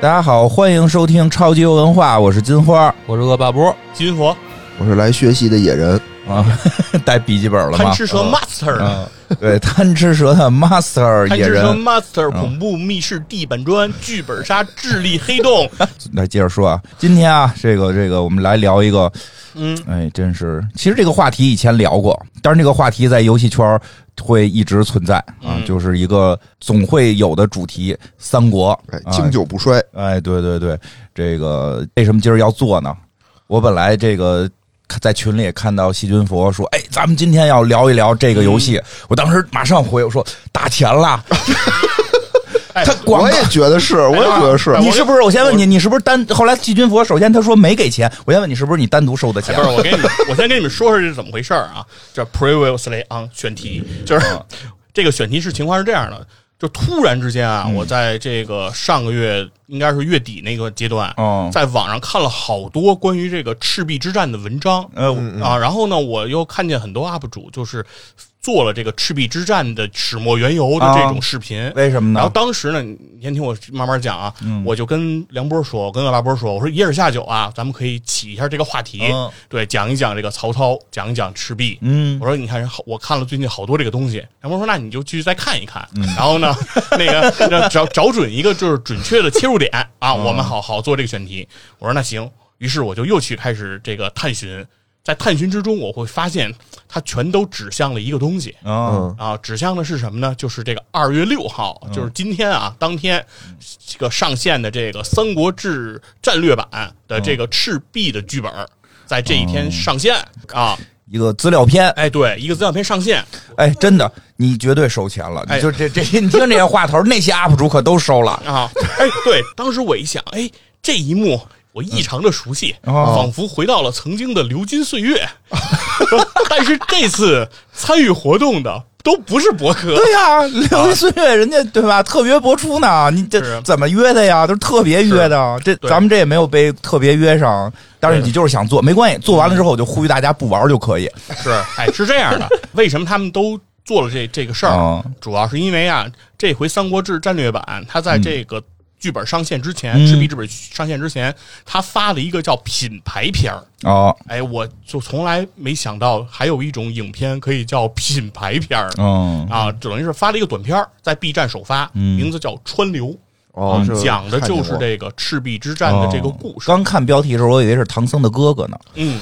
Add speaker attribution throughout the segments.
Speaker 1: 大家好，欢迎收听超级游文化，我是金花
Speaker 2: 我是恶霸波，
Speaker 3: 金佛
Speaker 4: 我是来学习的野人，
Speaker 1: 啊， 带笔记本了
Speaker 3: 贪
Speaker 1: 吗？
Speaker 3: 吃蛇 master，
Speaker 1: 嗯， 对，贪吃蛇的 master
Speaker 3: 贪
Speaker 1: 野
Speaker 3: 吃蛇
Speaker 1: 人，
Speaker 3: master 恐怖密室地板砖剧本杀智力黑 洞，
Speaker 1: 来接着说啊，今天啊，这个这个，我们来聊一个，
Speaker 3: 嗯，
Speaker 1: 哎，真是，其实这个话题以前聊过，但是这个话题在游戏圈儿会一直存在啊，
Speaker 3: 嗯
Speaker 1: 就是一个总会有的主题，三国，
Speaker 4: 哎，
Speaker 1: 啊
Speaker 4: 经久不衰。
Speaker 1: 哎，对对对，这个为什么今儿要做呢？我本来这个在群里也看到细菌佛说，哎，咱们今天要聊一聊这个游戏。我当时马上回我说打钱了，
Speaker 3: 哎
Speaker 1: 他广告
Speaker 4: 我也觉得是，我也觉得是
Speaker 3: 哎。
Speaker 1: 你是不是？我先问你，你是不是单？后来细菌佛首先他说没给钱，我先问你是不是你单独收的
Speaker 3: 哎
Speaker 1: 钱
Speaker 3: 不？是，我给你们，我先跟你们说说这是怎么回事儿啊。这 previously on 选题，就是嗯 这个选题是情况是这样的，就突然之间啊，我在这个上个月应该是月底那个阶段，
Speaker 1: 哦
Speaker 3: 在网上看了好多关于这个赤壁之战的文章，
Speaker 1: 呃，
Speaker 3: 啊，然后呢，我又看见很多 UP 主就是做了这个赤壁之战的始末缘由的这种视频。
Speaker 1: 啊为什么
Speaker 3: 然后
Speaker 1: 呢？嗯
Speaker 3: 当时呢，你先听我慢慢讲啊，我就跟梁波说，我跟恶霸波说，我说一二下九啊，咱们可以起一下这个话题，
Speaker 1: 嗯
Speaker 3: 对，讲一讲这个曹操，讲一讲赤壁。
Speaker 1: 嗯
Speaker 3: 我说你看，好，我看了最近好多这个东西。梁波说，那你就继续再看一看。然后呢，那个让找找准一个就是准确的切入点啊，我们好好做这个选题。我说那行，于是我就又去开始这个探寻。在探寻之中，我会发现它全都指向了一个东西，
Speaker 1: 嗯
Speaker 4: 嗯，
Speaker 3: 啊，指向的是什么呢？就是这个二月六号，就是今天啊，当天这个上线的这个《三国志战略版》的这个赤壁的剧本，在这一天上线啊。
Speaker 1: 一个资料片，
Speaker 3: 哎，对，一个资料片上线，
Speaker 1: 哎，真的，你绝对收钱了。你
Speaker 3: 哎
Speaker 1: 就这这，你听这些话头儿，那些 UP 主可都收了。
Speaker 3: 啊，哎，对，当时我一想，哎，这一幕我异常的熟悉，
Speaker 1: 哦
Speaker 3: 仿佛回到了曾经的流金岁月。 但是这次参与活动的都不是博客，
Speaker 1: 对呀、流金岁月，人家对吧？特别播出呢，你
Speaker 3: 是
Speaker 1: 这
Speaker 3: 啊
Speaker 1: 怎么约的呀？都是特别约的，这
Speaker 3: 对
Speaker 1: 咱们这也没有被特别约上。但是你就是想做，没关系，做完了之后我就呼吁大家不玩就可以。
Speaker 3: 是，哎，是这样的，为什么他们都做了这这个事儿？
Speaker 1: 哦
Speaker 3: 主要是因为啊，这回《三国志战略版》它在这个剧本上线之前，
Speaker 1: 嗯
Speaker 3: 赤壁剧本上线之前，它发了一个叫品牌片儿。
Speaker 1: 哦，
Speaker 3: 哎，我就从来没想到还有一种影片可以叫品牌片儿。
Speaker 1: 嗯
Speaker 3: 啊，等于是发了一个短片儿，在 B 站首发，名字叫《川流》，
Speaker 4: 哦，这个
Speaker 3: 嗯讲的就是
Speaker 4: 看见过
Speaker 3: 这个赤壁之战的这个故事。
Speaker 1: 刚看标题的时候，我以为是唐僧的哥哥呢。
Speaker 3: 嗯，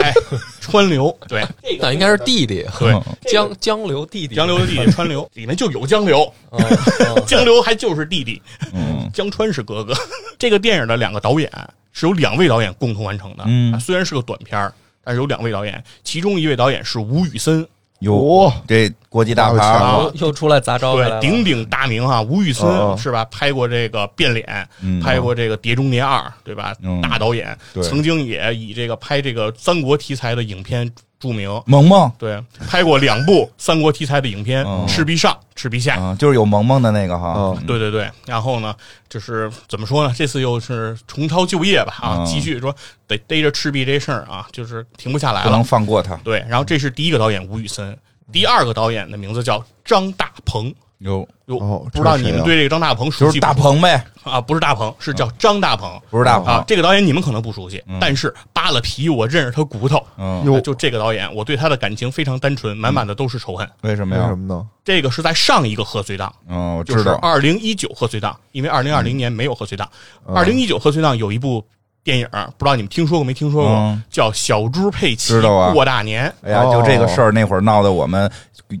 Speaker 3: 哎，川流，对，这个
Speaker 2: 那应该是弟弟，
Speaker 3: 对，
Speaker 2: 江江流弟弟，
Speaker 3: 江流的弟弟川流，里面就有江流，
Speaker 2: 嗯，嗯
Speaker 3: 江流还就是弟弟，
Speaker 1: 嗯
Speaker 3: 江川是哥哥。 这个电影的两个导演是由两位导演共同完成的，
Speaker 1: 嗯
Speaker 3: 啊虽然是个短片儿但是有两位导演，其中一位导演是吴宇森，
Speaker 1: 哟
Speaker 4: 哦，
Speaker 1: 这国际大牌儿
Speaker 3: 啊
Speaker 2: 又又出来砸
Speaker 1: 哦
Speaker 2: 招牌来
Speaker 3: 对，
Speaker 2: 了，
Speaker 3: 鼎鼎大名啊，吴宇森、
Speaker 4: 哦
Speaker 3: 是吧？拍过这个《变脸》
Speaker 1: 嗯
Speaker 3: 拍过这个《碟中谍二》，对吧？
Speaker 1: 嗯
Speaker 3: 大导演，
Speaker 1: 对
Speaker 3: 曾经也以这个拍这个三国题材的影片著名。
Speaker 1: 萌萌
Speaker 3: 对，拍过两部三国题材的影片，
Speaker 1: 哦
Speaker 3: 赤壁上》《赤壁下》
Speaker 1: 啊，就是有萌萌的那个哈
Speaker 4: 哦。
Speaker 1: 嗯
Speaker 3: 对对对，然后呢，就是怎么说呢？这次又是重操旧业吧，啊，
Speaker 1: 嗯
Speaker 3: 继续说得逮着赤壁这事儿啊，就是停不下来
Speaker 1: 不能
Speaker 3: 了。
Speaker 1: 放过他。
Speaker 3: 对，然后这是第一个导演吴宇森，第二个导演的名字叫张大鹏。
Speaker 1: 哟，
Speaker 3: 哟、
Speaker 4: 哦
Speaker 3: 不知道
Speaker 4: 这是谁
Speaker 3: 你
Speaker 4: 啊
Speaker 3: 们对这个张大鹏熟
Speaker 1: 就
Speaker 3: 悉
Speaker 1: 是
Speaker 3: 不
Speaker 1: 大鹏嗯哦呗，
Speaker 3: 啊？不是大鹏，是叫张大鹏。
Speaker 1: 不是大
Speaker 3: 啊
Speaker 1: 鹏，。
Speaker 3: 这个导演你们可能不熟悉，但是扒了皮我认识他骨头。啊
Speaker 1: 嗯，
Speaker 4: 哟，
Speaker 3: 就这个导演，我对他的感情非常单纯，满满的都是仇恨。
Speaker 1: 为什么
Speaker 4: 为
Speaker 1: 呀
Speaker 4: 什？么呢？
Speaker 3: 这个是在上一个贺岁档，
Speaker 1: 嗯，我
Speaker 3: 就
Speaker 1: 知
Speaker 3: 是
Speaker 1: 道。
Speaker 3: 二零一九贺岁档，因为二零二零年没有贺岁档，
Speaker 1: 嗯
Speaker 3: 二零一九贺岁档有一部电影，不知道你们听说过没？听说过、
Speaker 1: 嗯
Speaker 3: 叫《小猪佩奇
Speaker 1: 知道啊
Speaker 3: 过大年》。
Speaker 1: 哎呀，
Speaker 4: 哦
Speaker 1: 就这个事儿，那会儿闹得我们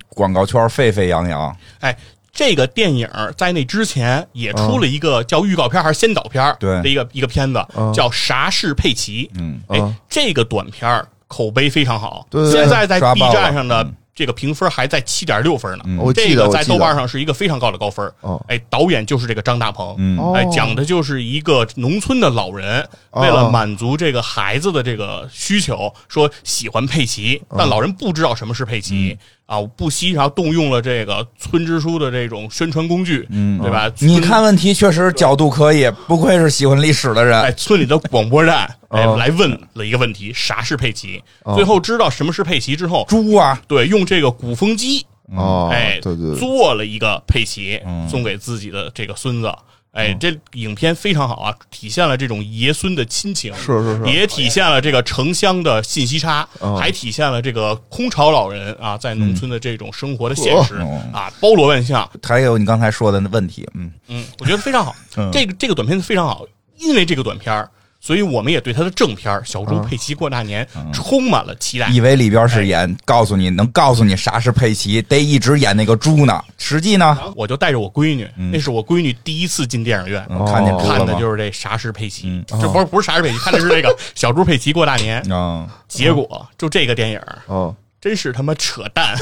Speaker 1: 广告圈沸沸扬扬。
Speaker 3: 哎，这个电影在那之前也出了一个叫预告片还是先导
Speaker 4: 嗯
Speaker 3: 片
Speaker 1: 对
Speaker 3: 的一个一个片子，叫《啥是佩奇》。
Speaker 1: 嗯，
Speaker 3: 哎
Speaker 4: 嗯，
Speaker 3: 这个短片儿口碑非常好，
Speaker 4: 对对对
Speaker 3: 现在在
Speaker 1: 刷
Speaker 3: B
Speaker 1: 爆了
Speaker 3: 站上的这个评分还在七点六分呢。
Speaker 1: 嗯
Speaker 4: 嗯我
Speaker 3: 这
Speaker 4: 记得
Speaker 3: 个
Speaker 4: 我
Speaker 3: 在
Speaker 4: 记
Speaker 3: 豆
Speaker 4: 得
Speaker 3: 瓣上是一个非常高的高分儿
Speaker 4: 哦。
Speaker 3: 哎，导演就是这个张大鹏。
Speaker 1: 嗯
Speaker 4: 哦
Speaker 3: 哎，讲的就是一个农村的老人，为了满足这个孩子的这个需求，说喜欢佩奇，
Speaker 1: 嗯
Speaker 3: 但老人不知道什么是佩奇啊，不惜然后动用了这个村支书的这种宣传工具，
Speaker 1: 嗯
Speaker 3: 对吧？
Speaker 1: 你
Speaker 3: 村
Speaker 1: 看问题确实角度可以，不愧是喜欢历史的
Speaker 3: 哎，
Speaker 1: 人。
Speaker 3: 村里的广播站，哎，
Speaker 4: 哦
Speaker 3: 来问了一个问题：啥是佩奇？
Speaker 1: 哦
Speaker 3: 最后知道什么是佩奇之后，
Speaker 1: 猪啊，
Speaker 3: 对，用这个鼓风机，
Speaker 4: 哦，
Speaker 3: 哎，
Speaker 4: 对对对，
Speaker 3: 做了一个佩奇
Speaker 1: 嗯
Speaker 3: 送给自己的这个孙子。
Speaker 4: 嗯
Speaker 3: 哎，这影片非常好啊，体现了这种爷孙的亲情，
Speaker 4: 是是是
Speaker 3: 也体现了这个城乡的信息差，
Speaker 4: 嗯
Speaker 3: 还体现了这个空巢老人啊在农村的这种生活的现实、
Speaker 1: 哦
Speaker 4: 嗯
Speaker 3: 啊，包罗万象。
Speaker 1: 还有你刚才说的那问题，嗯
Speaker 3: 嗯，我觉得非常 好，
Speaker 1: 嗯
Speaker 3: 这个这个短片非常好，因为这个短片儿所以我们也对他的正片儿《小猪
Speaker 4: 嗯
Speaker 3: 佩奇过大年》充满了期待。
Speaker 1: 以为里边
Speaker 3: 哎
Speaker 1: 是演，告诉你能告诉你啥是佩奇，得一直演那个猪呢。实际呢，
Speaker 3: 我就带着我闺女，
Speaker 4: 嗯
Speaker 3: 那是我闺女第一次进电影
Speaker 4: 哦
Speaker 3: 院，
Speaker 1: 嗯看见猪了
Speaker 3: 看
Speaker 1: 吗？
Speaker 3: 的
Speaker 1: 哦
Speaker 3: 就是这《啥是佩奇》这不是不是《啥是佩奇》，看的是这个 《小猪佩奇过大年》。
Speaker 1: 嗯，
Speaker 3: 结果就这个电影儿，
Speaker 4: 嗯，
Speaker 3: 真是他妈扯淡！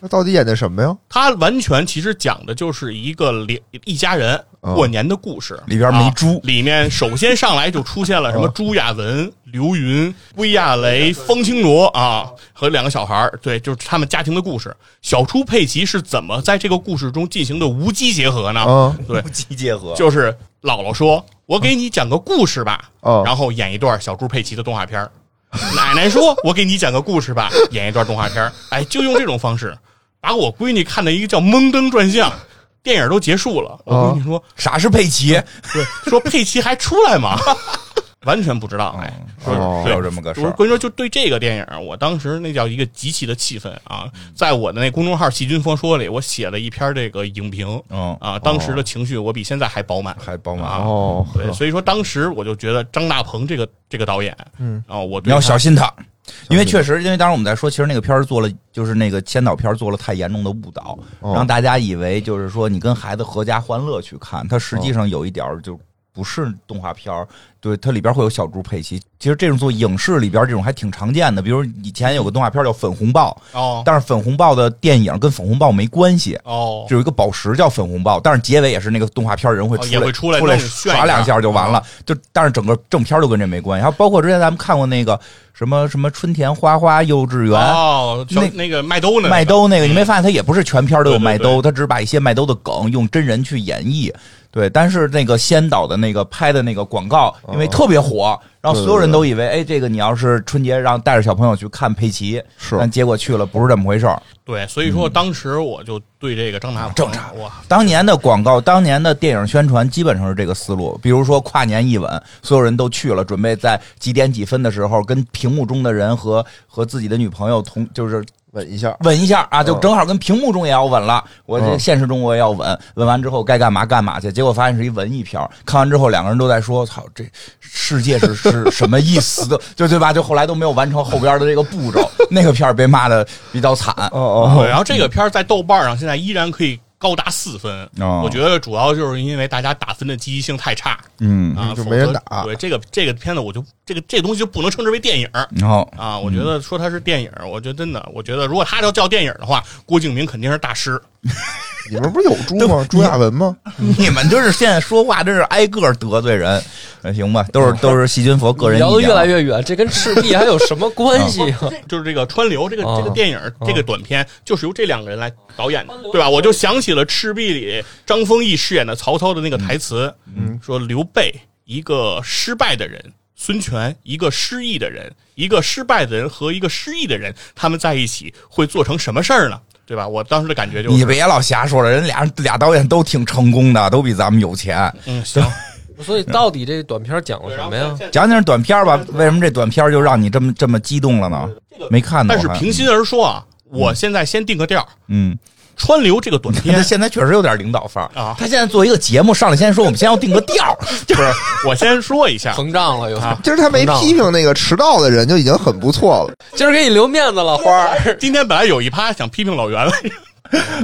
Speaker 4: 那到底演的什么呀？
Speaker 3: 它完全其实讲的就是一个连一家人
Speaker 4: 嗯
Speaker 3: 过年的故事，
Speaker 1: 哦里边没猪哦
Speaker 3: 啊里面首先上来就出现了什么朱亚文、刘云、归亚雷、方清卓啊，和两个小孩儿，对，就是他们家庭的故事。小猪佩奇是怎么在这个故事中进行的无机结合呢？
Speaker 1: 哦
Speaker 4: 嗯
Speaker 3: 对，
Speaker 1: 机 结合
Speaker 3: 就是姥姥说：“我给你讲个故事吧。
Speaker 4: 哦
Speaker 3: 然后演一段小猪佩奇的动画片儿。奶奶说：“我给你讲个故事吧， 演一段动画片儿。”哎，就用这种方式，把我闺女看的一个叫蒙登转向。电影都结束了，
Speaker 4: 哦
Speaker 3: 我闺女说
Speaker 1: 啥是佩奇？：“
Speaker 3: 对，说佩奇还出来吗？” 完全不知道，哎，说
Speaker 4: 哦
Speaker 1: 嗯
Speaker 3: 对
Speaker 1: 有这么个事
Speaker 3: 我
Speaker 1: 儿。
Speaker 3: 跟你说，就对这个电影，我当时那叫一个极其的气愤啊！在我的那公众号“细菌风说”里，我写了一篇这个影评
Speaker 1: 嗯，
Speaker 3: 啊，当时的情绪我比现在还饱满。
Speaker 1: 还宝马，
Speaker 3: 啊
Speaker 4: 哦，
Speaker 3: 对，所以说当时我就觉得张大鹏这个这个导演，
Speaker 4: 嗯，
Speaker 3: 啊，我
Speaker 1: 你
Speaker 3: 对
Speaker 1: 要
Speaker 3: 他
Speaker 1: 小心他，因为确实，因为当时我们在说，其实那个片儿做了，就是那个先导片儿做了太严重的误导，
Speaker 4: 哦
Speaker 1: 让大家以为就是说你跟孩子合家欢乐去看，它实际上有一点儿就。不是动画片儿，对它里边会有小猪佩奇。其实这种做影视里边这种还挺常见的，比如以前有个动画片儿叫《粉红豹》，
Speaker 3: 哦
Speaker 1: 但是粉红豹的电影跟粉红豹没关系，
Speaker 3: 哦，
Speaker 1: 就有一个宝石叫粉红豹，但是结尾也是那个动画片人会出来、
Speaker 3: 哦也会出来
Speaker 1: 出来
Speaker 3: 弄炫一下
Speaker 1: 耍两下就完了，就但是整个正片都跟这没关系。然后包括之前咱们看过那个什么什么春田花花幼稚园。
Speaker 3: 哦，小
Speaker 1: 啊那
Speaker 3: 那个麦兜呢？
Speaker 1: 麦兜那个，你没发现它也不是全片都有
Speaker 3: 对对
Speaker 1: 麦兜，它只是把一些麦兜的梗用真人去演绎。对，但是那个先导的那个拍的那个广告，因
Speaker 3: 哦
Speaker 1: 为特别火，然后所有人都以为，哎，这个你要是春节让带着小朋友去看佩奇，
Speaker 4: 是
Speaker 1: 但结果去了不是这么回事儿。
Speaker 3: 对，所以说当时我就对这个张大
Speaker 1: 嗯
Speaker 3: 鹏
Speaker 1: 啊正常
Speaker 3: 哇，
Speaker 1: 当年的广告，当年的电影宣传基本上是这个思路。比如说跨年一吻，所有人都去了，准备在几点几分的时候跟屏幕中的人和和自己的女朋友同就是
Speaker 4: 稳一下，
Speaker 1: 吻一下啊，就
Speaker 4: 嗯
Speaker 1: 正好跟屏幕中也要吻了。我这
Speaker 4: 嗯
Speaker 1: 现实中我也要吻，吻完之后该干嘛干嘛去。结果发现是一文艺片儿，看完之后两个人都在说：“操，这世界是 是什么意思的？”就对吧？就后来都没有完成后边的这个步 骤。那个片儿被骂的比较惨。
Speaker 4: 哦哦，
Speaker 3: 对然后这个片儿在豆瓣上现在依然可以高达四分，
Speaker 1: 哦
Speaker 3: 我觉得主要就是因为大家打分的积极性太差
Speaker 1: 嗯，
Speaker 3: 啊，
Speaker 4: 就
Speaker 3: 否
Speaker 4: 没人
Speaker 3: 则
Speaker 4: 打
Speaker 3: 对这个这个片子，我就这个这个东西就不能称之为电影。
Speaker 1: 然后
Speaker 3: 啊，我觉
Speaker 1: 嗯
Speaker 3: 得说它是电影，我觉得真的，我觉得如果他要叫电影的话，郭敬明肯定是大师。
Speaker 4: 里面不是有猪吗？朱亚文吗？
Speaker 2: 嗯
Speaker 1: 你们这是现在说话，真是挨个儿得罪人，那行吧？都是都是细菌佛个人
Speaker 2: 嗯聊得
Speaker 1: 意见
Speaker 2: 越
Speaker 1: 啊。
Speaker 2: 来越远，这跟赤壁还有什么关系啊？
Speaker 3: 就是这个川流这个
Speaker 2: 啊
Speaker 3: 这个电影、这个短片，就是由这两个人来导演的，对吧？我就想起了《赤壁》里张丰毅饰演的曹操的那个台词，嗯，说刘备一个失败的人，孙权一个失意的人，一个失败的人和一个失意的人，他们在一起会做成什么事儿呢？对吧？我当时的感觉就
Speaker 1: 你
Speaker 3: 是，
Speaker 1: 别老瞎说了，人俩俩导演都挺成功的，都比咱们有钱。
Speaker 3: 嗯，行，
Speaker 2: 所以到底这短片讲了
Speaker 3: 对
Speaker 2: 什么呀？？
Speaker 1: 讲讲短片吧，为什么这短片就让你这么这么激动了呢？没看呢，
Speaker 3: 但是
Speaker 1: 我看
Speaker 3: 平心而说啊，我现在先定个调儿，
Speaker 1: 嗯，
Speaker 3: 川流这个短
Speaker 1: 他
Speaker 3: 片
Speaker 1: 现在确实有点领导范儿
Speaker 3: 啊
Speaker 1: 他现在做一个节目，上来先说我们先要定个调儿，
Speaker 3: 不是，我先说一下，
Speaker 2: 膨胀了又，
Speaker 3: 啊
Speaker 4: 其实他没批评那个迟到的人就已经很不错了。
Speaker 2: 今儿给你留面子了，花儿。
Speaker 3: 今天本来有一趴想批评老袁来着，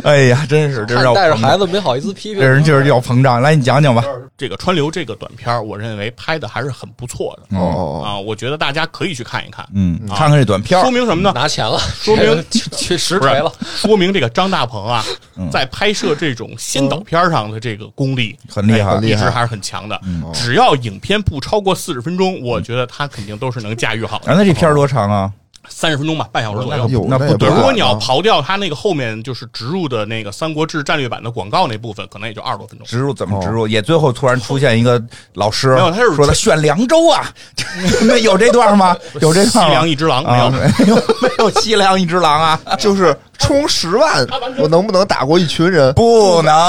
Speaker 1: 哎呀，真是这是要
Speaker 2: 带着
Speaker 1: 膨胀
Speaker 2: 孩，子没好意思批评
Speaker 1: 这，人就是要膨胀。来，你讲讲吧。
Speaker 3: 这个川流这个短片儿，我认为拍的还是很不错的
Speaker 4: 哦哦
Speaker 3: 啊，我觉得大家可以去看一看。
Speaker 1: 嗯，看看这短片儿
Speaker 3: 啊
Speaker 1: 嗯
Speaker 3: 说，明什么呢？
Speaker 2: 拿钱了，
Speaker 3: 说明
Speaker 2: 这个 去去实
Speaker 3: 不是
Speaker 2: 锤了。，
Speaker 3: 说明这个张大 鹏啊，
Speaker 1: 嗯
Speaker 3: 在拍摄这种先导片儿上的这个功力
Speaker 1: 很嗯厉害嗯
Speaker 3: 哎一
Speaker 4: 厉
Speaker 3: 直
Speaker 4: 害
Speaker 3: 还是很强的。只要影片不超过四十分钟，我觉得他肯定都是能驾驭好
Speaker 1: 啊，
Speaker 3: 的。
Speaker 1: 那这片儿多长啊？
Speaker 3: 三十分钟吧，半小时左右
Speaker 4: 哦，。有
Speaker 1: 那不
Speaker 4: 也
Speaker 1: 对
Speaker 3: 对，
Speaker 4: 短
Speaker 3: 如
Speaker 4: 啊
Speaker 3: 果你要刨掉他那个后面就是植入的那个《三国志战略版》的广告那部分，可能也就二十多分钟。
Speaker 1: 植入怎么植入？也最后突然出现一个老师，
Speaker 3: 哦没有他是
Speaker 1: 说他选凉州啊， 那有这段吗？有这
Speaker 3: 西
Speaker 1: 段吗？
Speaker 3: 凉一只狼没
Speaker 1: 啊，没
Speaker 3: 有
Speaker 1: 有 没有西凉一只狼啊，
Speaker 4: 就是充十万，我能不能打过一群人？
Speaker 1: 不能。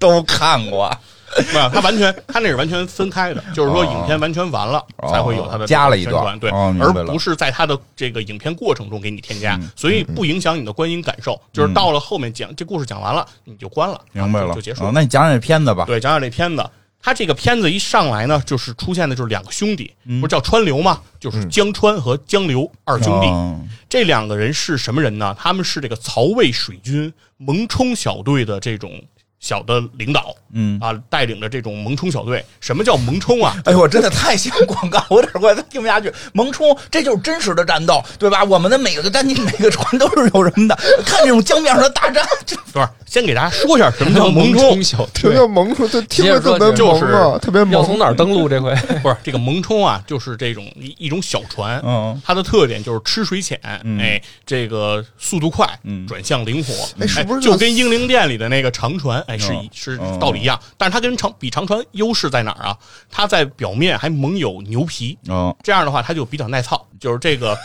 Speaker 1: 都看过，
Speaker 3: 没有，它完全， 它那是完全分开的，就是说
Speaker 1: 哦
Speaker 3: 影片完全完了、
Speaker 1: 哦
Speaker 3: 才会有它的
Speaker 1: 加了一
Speaker 3: 宣
Speaker 1: 段
Speaker 3: 传对、
Speaker 1: 哦明
Speaker 3: 而
Speaker 1: 白了嗯
Speaker 3: 不是在它的这个影片过程中给你添加，所以不影响你的观影感受。就是到了后面讲这故事讲完了，你就关了，
Speaker 1: 明白了，
Speaker 3: 就就结束了。
Speaker 1: 哦那你讲讲这片子吧。
Speaker 3: 对，讲讲这片子。他这个片子一上来呢，就是出现的就是两个兄弟，
Speaker 1: 嗯
Speaker 3: 不是叫川流吗？就是江川和江流二兄弟。
Speaker 1: 嗯
Speaker 3: 这两个人是什么人呢？他们是这个曹魏水军蒙冲小队的这种小的领导，
Speaker 1: 嗯
Speaker 3: 啊，带领着这种蒙冲小队。什么叫蒙 冲啊？
Speaker 1: 哎呦，我真的太像广告，我有点快听不下去。萌冲，这就是真实的战斗，对吧？我们的每个单你每个船都是有人的， 看这种江面上的大战，这
Speaker 3: 不是，先给大家说一下什 么叫
Speaker 2: 叫
Speaker 3: 蒙
Speaker 2: 蒙
Speaker 3: 冲
Speaker 2: 冲。小
Speaker 4: 什么
Speaker 2: 队，
Speaker 4: 叫萌出？就听着
Speaker 2: 接着
Speaker 4: 特
Speaker 2: 说
Speaker 4: 别萌啊，
Speaker 3: 就是
Speaker 4: 特别
Speaker 2: 要从
Speaker 4: 萌。
Speaker 2: 哪儿登陆这回？
Speaker 3: 不是这个蒙冲啊，就是这种一一种小船，
Speaker 1: 嗯
Speaker 3: 它的特点就是吃水浅，哎，这个速度快，
Speaker 1: 嗯
Speaker 3: 转向灵活，
Speaker 4: 哎是不是
Speaker 3: 就
Speaker 4: 叫
Speaker 3: 跟英灵殿里的那个长船，哎，是一
Speaker 1: 嗯
Speaker 3: 是
Speaker 1: 嗯
Speaker 3: 道理一样，但是它跟长比长船优势在哪儿啊？它在表面还蒙有牛皮，
Speaker 1: 哦，
Speaker 3: 这样的话它就比较耐操，就是这个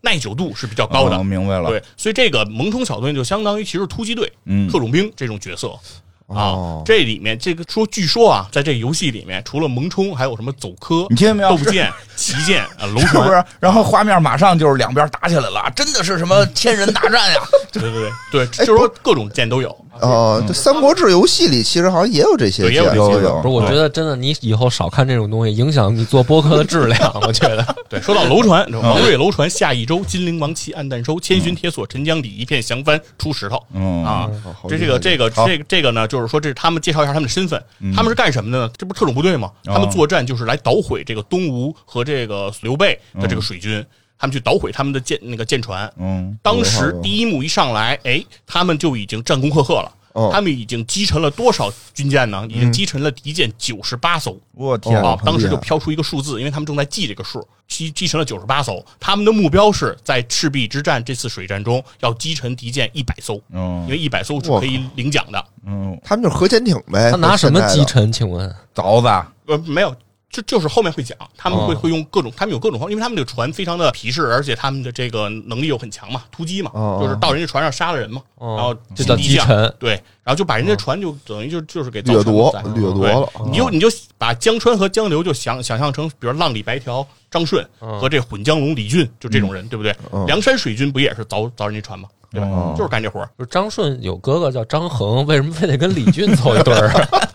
Speaker 3: 耐久度是比较高的，
Speaker 1: 哦明白了。
Speaker 3: 对，所以这个萌冲小队就相当于其实突击队、
Speaker 1: 嗯
Speaker 3: 特种兵这种角色啊
Speaker 4: 哦。
Speaker 3: 这里面这个说，据说啊，在这个游戏里面，除了萌冲，还有什么走科
Speaker 1: 你、听见没有？
Speaker 3: 斗 剑、旗舰、啊、龙
Speaker 1: 是不
Speaker 3: 船。
Speaker 1: 是？然后画面马上就是两边打起来了，真的是什么 千人大战呀？
Speaker 3: 对对对对，就是说各种剑都有。
Speaker 4: 哦，这《三国志》游戏里其实好像也有这些
Speaker 3: 啊嗯对也
Speaker 4: 剑，
Speaker 3: 有这些
Speaker 1: 有有
Speaker 2: 不是，我觉得真的，你以后少看这种东西，影响你做播客的质量。我觉 得，
Speaker 3: 对，说到楼
Speaker 4: 嗯
Speaker 3: 船，王瑞楼船下一周，金陵王旗暗淡收，千寻铁锁沉江底，一片降帆出石头。
Speaker 1: 嗯
Speaker 3: 啊
Speaker 4: 好好，嗯
Speaker 3: 这这个
Speaker 4: 厉害
Speaker 3: 这个
Speaker 1: 好
Speaker 3: 这个这个呢，就是说这是他们介绍一下他们的身份，他们是干什么的呢？这不是特种部队吗？
Speaker 4: 嗯
Speaker 1: 哦
Speaker 3: 他们作战就是来捣毁这个东吴和这个刘备的
Speaker 4: 嗯
Speaker 3: 这个水军，他们去捣毁他们的舰那个舰船。
Speaker 1: 嗯
Speaker 3: 当时第一幕一上来，哎，他们就已经战功赫赫了。
Speaker 4: 哦
Speaker 3: 他们已经击沉了多少军舰呢？
Speaker 4: 嗯
Speaker 3: 已经击沉了敌舰九十八艘。
Speaker 1: 我天
Speaker 4: 哦
Speaker 3: 啊，当时
Speaker 4: 厉
Speaker 3: 就
Speaker 4: 害
Speaker 3: 飘出一个数字，因为他们正在记这个数，击击沉了九十八艘。他们的目标是在赤壁之战这次水战中要击沉敌舰一百艘，
Speaker 1: 嗯
Speaker 3: 因为一百艘是
Speaker 4: 我
Speaker 3: 可以领奖的。
Speaker 1: 嗯，
Speaker 4: 他们就是核潜艇呗。
Speaker 2: 他拿什么击
Speaker 4: 现代的？
Speaker 2: 沉？请问，
Speaker 1: 凿子，啊
Speaker 3: 呃，没有，就就是后面会讲，他们会、
Speaker 2: 哦
Speaker 3: 会用各种，他们有各种方，因为他们这个船非常的皮实，而且他们的这个能力又很强嘛，突击嘛，
Speaker 4: 哦
Speaker 3: 就是到人家船上杀了人嘛，
Speaker 2: 哦
Speaker 3: 然后
Speaker 2: 这叫
Speaker 3: 击
Speaker 2: 击
Speaker 3: 降
Speaker 2: 沉。
Speaker 3: 对，然后就把人家船就等于就就是给造
Speaker 4: 掠
Speaker 3: 成
Speaker 4: 夺
Speaker 3: 灾
Speaker 4: 掠夺
Speaker 3: 对
Speaker 4: 了，啊
Speaker 3: 你
Speaker 2: 哦
Speaker 3: 就你就把江川和江流就想想象成，比如浪里白条张顺
Speaker 2: 嗯
Speaker 3: 和这混江龙李俊，就这种人，对不对？
Speaker 4: 嗯
Speaker 3: 梁山水军不也是凿凿人家船吗？对吧？
Speaker 1: 哦
Speaker 3: 就是干这活儿。
Speaker 2: 就是张顺有哥哥叫张衡，为什么非得跟李俊凑一对儿？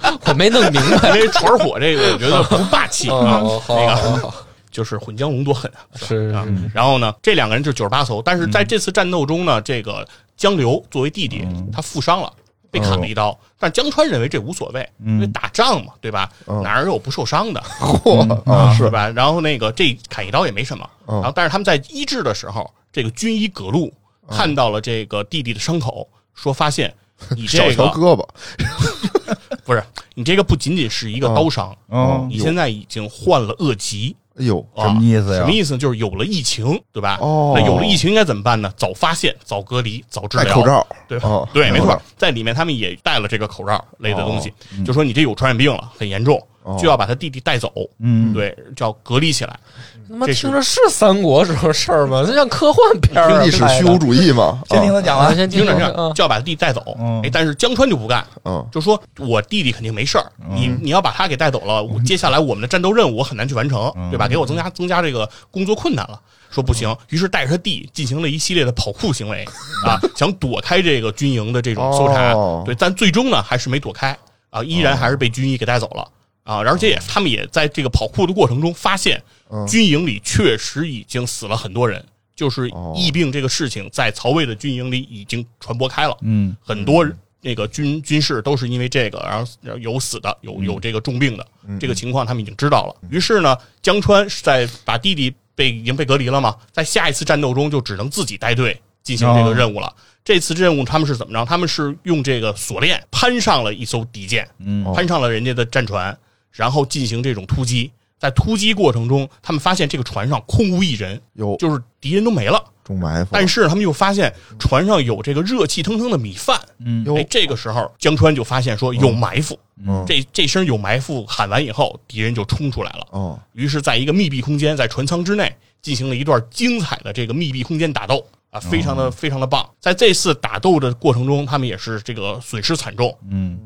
Speaker 2: 啊 我没弄明白。
Speaker 3: 因为船火这个，我觉得不霸气啊
Speaker 2: 哦，，好
Speaker 3: 那
Speaker 2: 好
Speaker 3: 个
Speaker 2: 好，
Speaker 3: 就是混江龙多狠啊！
Speaker 2: 是
Speaker 3: 啊，然后呢，这两个人就九十八艘，但是
Speaker 2: 嗯
Speaker 3: 在这次战斗中呢，这个江流作为弟弟，
Speaker 2: 嗯
Speaker 3: 他负伤了，被砍
Speaker 2: 哦
Speaker 3: 了一刀。但江川认为这无所谓，因为打仗嘛，对吧？
Speaker 4: 嗯
Speaker 2: 哦
Speaker 3: 哪儿有不受伤的， 嗯
Speaker 4: 嚯啊
Speaker 3: 对
Speaker 4: 是
Speaker 3: 吧？然后那个这砍一刀也没什么。
Speaker 4: 嗯
Speaker 3: 然后，但是他们在医治的时候，这个军医葛路看到了这个弟弟的伤口，说发现你
Speaker 4: 少
Speaker 3: 这
Speaker 4: 条
Speaker 3: 个
Speaker 4: 胳膊，
Speaker 3: 不是你这个不仅仅是一个
Speaker 4: 嗯
Speaker 3: 刀伤，
Speaker 1: 哦，
Speaker 3: 你现在已经患了恶疾。
Speaker 4: 哎呦，
Speaker 3: 啊
Speaker 1: 什么意思呀
Speaker 3: 什么意思？就是有了疫情，对吧？
Speaker 4: 哦
Speaker 3: 那有了疫情应该怎么办呢？早发现，早隔离，早治
Speaker 4: 戴
Speaker 3: 疗，
Speaker 4: 口罩，
Speaker 3: 对吧？
Speaker 4: 哦
Speaker 3: 对，没
Speaker 4: 口
Speaker 3: 错
Speaker 4: 罩，
Speaker 3: 在里面他们也带了这个口罩类的东西，就说你这有传染病了，很严重，
Speaker 4: 哦
Speaker 3: 就要把他弟弟带走，
Speaker 1: 嗯，
Speaker 3: 对，就要隔离起来。
Speaker 2: 他妈
Speaker 3: 这是
Speaker 2: 听着是三国时候事儿吗？这像科幻片 儿啊
Speaker 4: 历史
Speaker 2: 拍的
Speaker 4: 虚无主义嘛。
Speaker 1: 先听
Speaker 4: 啊
Speaker 1: 他讲
Speaker 2: 啊，
Speaker 1: 完，哦
Speaker 2: 先听
Speaker 3: 听着
Speaker 2: 着
Speaker 3: 这
Speaker 2: 啊
Speaker 3: 样，，就要把他弟弟带走
Speaker 1: 嗯。
Speaker 3: 哎，但是江川就不干，
Speaker 4: 嗯，
Speaker 3: 就说我弟弟肯定没事儿，你你要把他给带走了，
Speaker 4: 嗯
Speaker 3: 我接下来我们的战斗任务我很难去完成，对吧？给我增加增加这个工作困难了。说不
Speaker 4: 嗯
Speaker 3: 行，于是带着他弟进行了一系列的跑酷行为 啊，想躲开这个军营的这种搜查
Speaker 4: 哦，
Speaker 3: 对，但最终呢还是没躲开啊，依然还是被军医给带走了啊。而且也他们也在这个跑酷的过程中发现，
Speaker 4: 嗯
Speaker 3: 军营里确实已经死了很多人，就是
Speaker 4: 哦
Speaker 3: 疫病这个事情在曹魏的军营里已经传播开了。
Speaker 1: 嗯
Speaker 3: 很多那个军军事都是因为这个，然后然后有死的，有有这个重病的，这个情况他们已经知道了。于是呢，江川是在把弟弟被已经被隔离了嘛，在下一次战斗中就只能自己带队进行这个任务了。这次任务他们是怎么着？他们是用这个锁链攀上了一艘敌舰，
Speaker 1: 嗯
Speaker 3: 攀上了人家的战船，然后进行这种突击。在突击过程中，他们发现这个船上空无一人，
Speaker 4: 有
Speaker 3: 就是敌人都没了。
Speaker 4: 中埋伏，
Speaker 3: 但是他们又发现船上有这个热气腾腾的米饭，
Speaker 1: 嗯
Speaker 4: 哟
Speaker 3: 哎，这个时候江川就发现说有埋伏，
Speaker 4: 嗯
Speaker 3: 这这声有埋伏喊完以后，敌人就冲出来了。
Speaker 4: 哦
Speaker 3: 于是，在一个密闭空间，在船舱之内进行了一段精彩的这个密闭空间打斗啊，非常
Speaker 4: 哦
Speaker 3: 的非常的棒。在这次打斗的过程中，他们也是这个损失惨重，
Speaker 1: 嗯，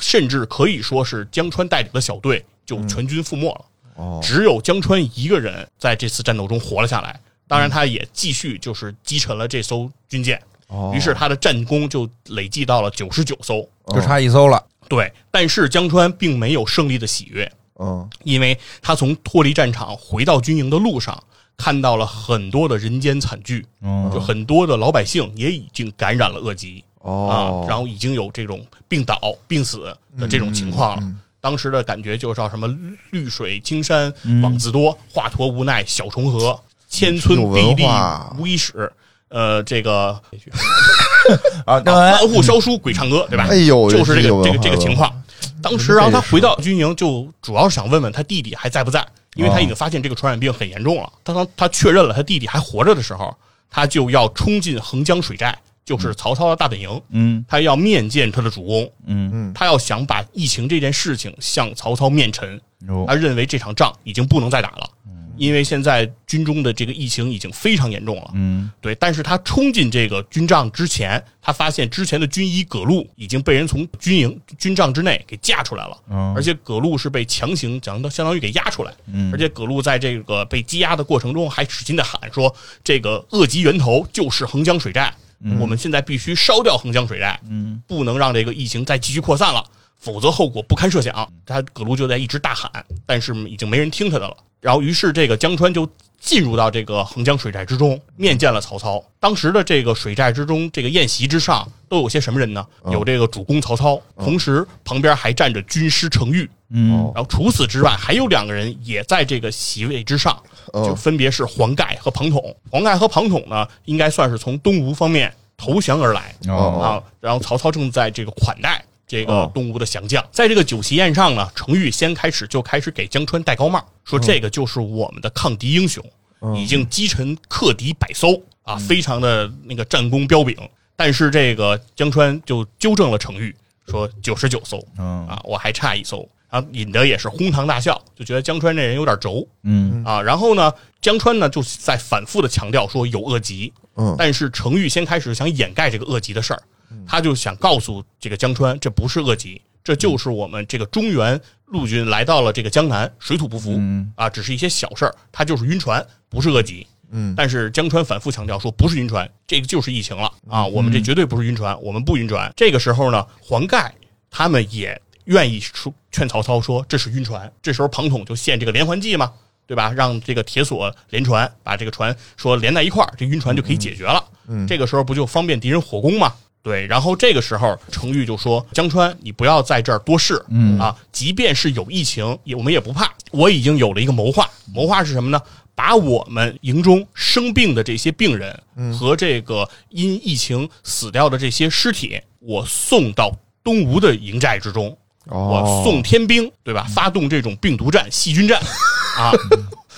Speaker 3: 甚至可以说是江川带领的小队就全军覆没了。
Speaker 4: 嗯哦，
Speaker 3: 只有江川一个人在这次战斗中活了下来。当
Speaker 4: 嗯
Speaker 3: 然，他也继续就是击沉了这艘军舰，
Speaker 4: 哦
Speaker 3: 于是他的战功就累计到了九十九艘。
Speaker 1: 就差一艘了，
Speaker 3: 对，但是江川并没有胜利的喜悦，
Speaker 4: 嗯
Speaker 3: 因为他从脱离战场回到军营的路上，看到了很多的人间惨剧，就
Speaker 1: 嗯，
Speaker 3: 很多的老百姓也已经感染了恶疾
Speaker 4: 哦
Speaker 3: 啊，，然后已经有这种病倒、病死的这种情况了。
Speaker 4: 嗯
Speaker 3: 当时的感觉就叫什么“绿水青山枉自多，华佗无奈小重河，千村
Speaker 4: 嗯有
Speaker 3: 地
Speaker 4: 文
Speaker 3: 利
Speaker 4: 化
Speaker 3: 无一史”。呃，这个
Speaker 1: 啊，那
Speaker 3: 万户烧书鬼唱歌，对吧？
Speaker 4: 哎呦
Speaker 3: 就是这个
Speaker 4: 有嗯文
Speaker 3: 这
Speaker 4: 化
Speaker 3: 个这个情况。当时，啊然后他回到军营，就主要是想问问他弟弟还在不在，因为
Speaker 4: 啊
Speaker 3: 他已经发现这个传染病很严重了。当他他确认了他弟弟还活着的时候，他就要冲进横江水寨，就是曹操的大本营，
Speaker 1: 嗯
Speaker 3: 他要面见他的主公，
Speaker 1: 嗯，
Speaker 3: 他要想把疫情这件事情向曹操面陈。
Speaker 4: 哦
Speaker 1: 有
Speaker 3: 他认为这场仗已经不能再打了，
Speaker 4: 嗯
Speaker 3: 因为现在军中的这个疫情已经非常严重了。
Speaker 1: 嗯，
Speaker 3: 对。但是他冲进这个军帐之前，他发现之前的军医葛路已经被人从军营军帐之内给架出来了，
Speaker 1: 嗯
Speaker 3: 而且葛路是被强行将他相当于给押出来，
Speaker 1: 嗯
Speaker 3: 而且葛路在这个被羁押的过程中还使劲的喊说：“这个恶疾源头就是横江水寨，我们现在必须烧掉横江水寨，
Speaker 1: 嗯，
Speaker 3: 不能让这个疫情再继续扩散了。”否则后果不堪设想。他葛路就在一直大喊，但是已经没人听他的了。然后，于是这个江川就进入到这个横江水寨之中，面见了曹操。当时的这个水寨之中，这个宴席之上都有些什么人呢？有这个主公曹操，同时旁边还站着军师程昱。
Speaker 1: 嗯
Speaker 3: 然后除此之外，还有两个人也在这个席位之上，
Speaker 4: 嗯
Speaker 3: 就分别是黄盖和庞统。黄盖和庞统呢，应该算是从东吴方面投降而来。
Speaker 1: 哦
Speaker 3: 啊，然后曹操正在这个款待这个
Speaker 4: 哦
Speaker 3: 东吴的降将，在这个酒席宴上呢，程昱先开始就开始给江川戴高帽，说这个就是我们的抗敌英雄，
Speaker 1: 嗯
Speaker 3: 已经击沉克敌百艘啊，非常的那个战功彪炳。但是这个江川就纠正了程昱，说九十九艘
Speaker 1: 嗯
Speaker 3: 啊，我还差一艘。然后引得也是哄堂大笑，就觉得江川这人有点轴
Speaker 1: 嗯
Speaker 3: 啊。然后呢，江川呢就在反复的强调说有恶疾，
Speaker 4: 嗯
Speaker 3: 但是程昱先开始想掩盖这个恶疾的事儿，他就想告诉这个江川，这不是恶疾，这就是我们这个中原陆军来到了这个江南，水土不服、啊，只是一些小事儿，他就是晕船，不是恶疾。
Speaker 4: 嗯
Speaker 3: 但是江川反复强调说，不是晕船，这个就是疫情了
Speaker 4: 嗯
Speaker 3: 啊，我们这绝对不是晕船，我们不晕船。这个时候呢，黄盖他们也愿意说劝曹操说这是晕船。这时候庞统就献这个连环计嘛，对吧？让这个铁索连船，把这个船说连在一块儿，这晕船就可以解决了。
Speaker 4: 嗯
Speaker 3: 这个时候不就方便敌人火攻吗？对，然后这个时候程昱就说：“江川，你不要在这儿多事，嗯啊，即便是有疫情，也我们也不怕。我已经有了一个谋划，谋划是什么呢？把我们营中生病的这些病人和这个因疫情死掉的这些尸体，我送到东吴的营寨之中，我
Speaker 4: 哦
Speaker 3: 送天兵，对吧？
Speaker 4: 嗯
Speaker 3: 发动这种病毒战、细菌 战啊，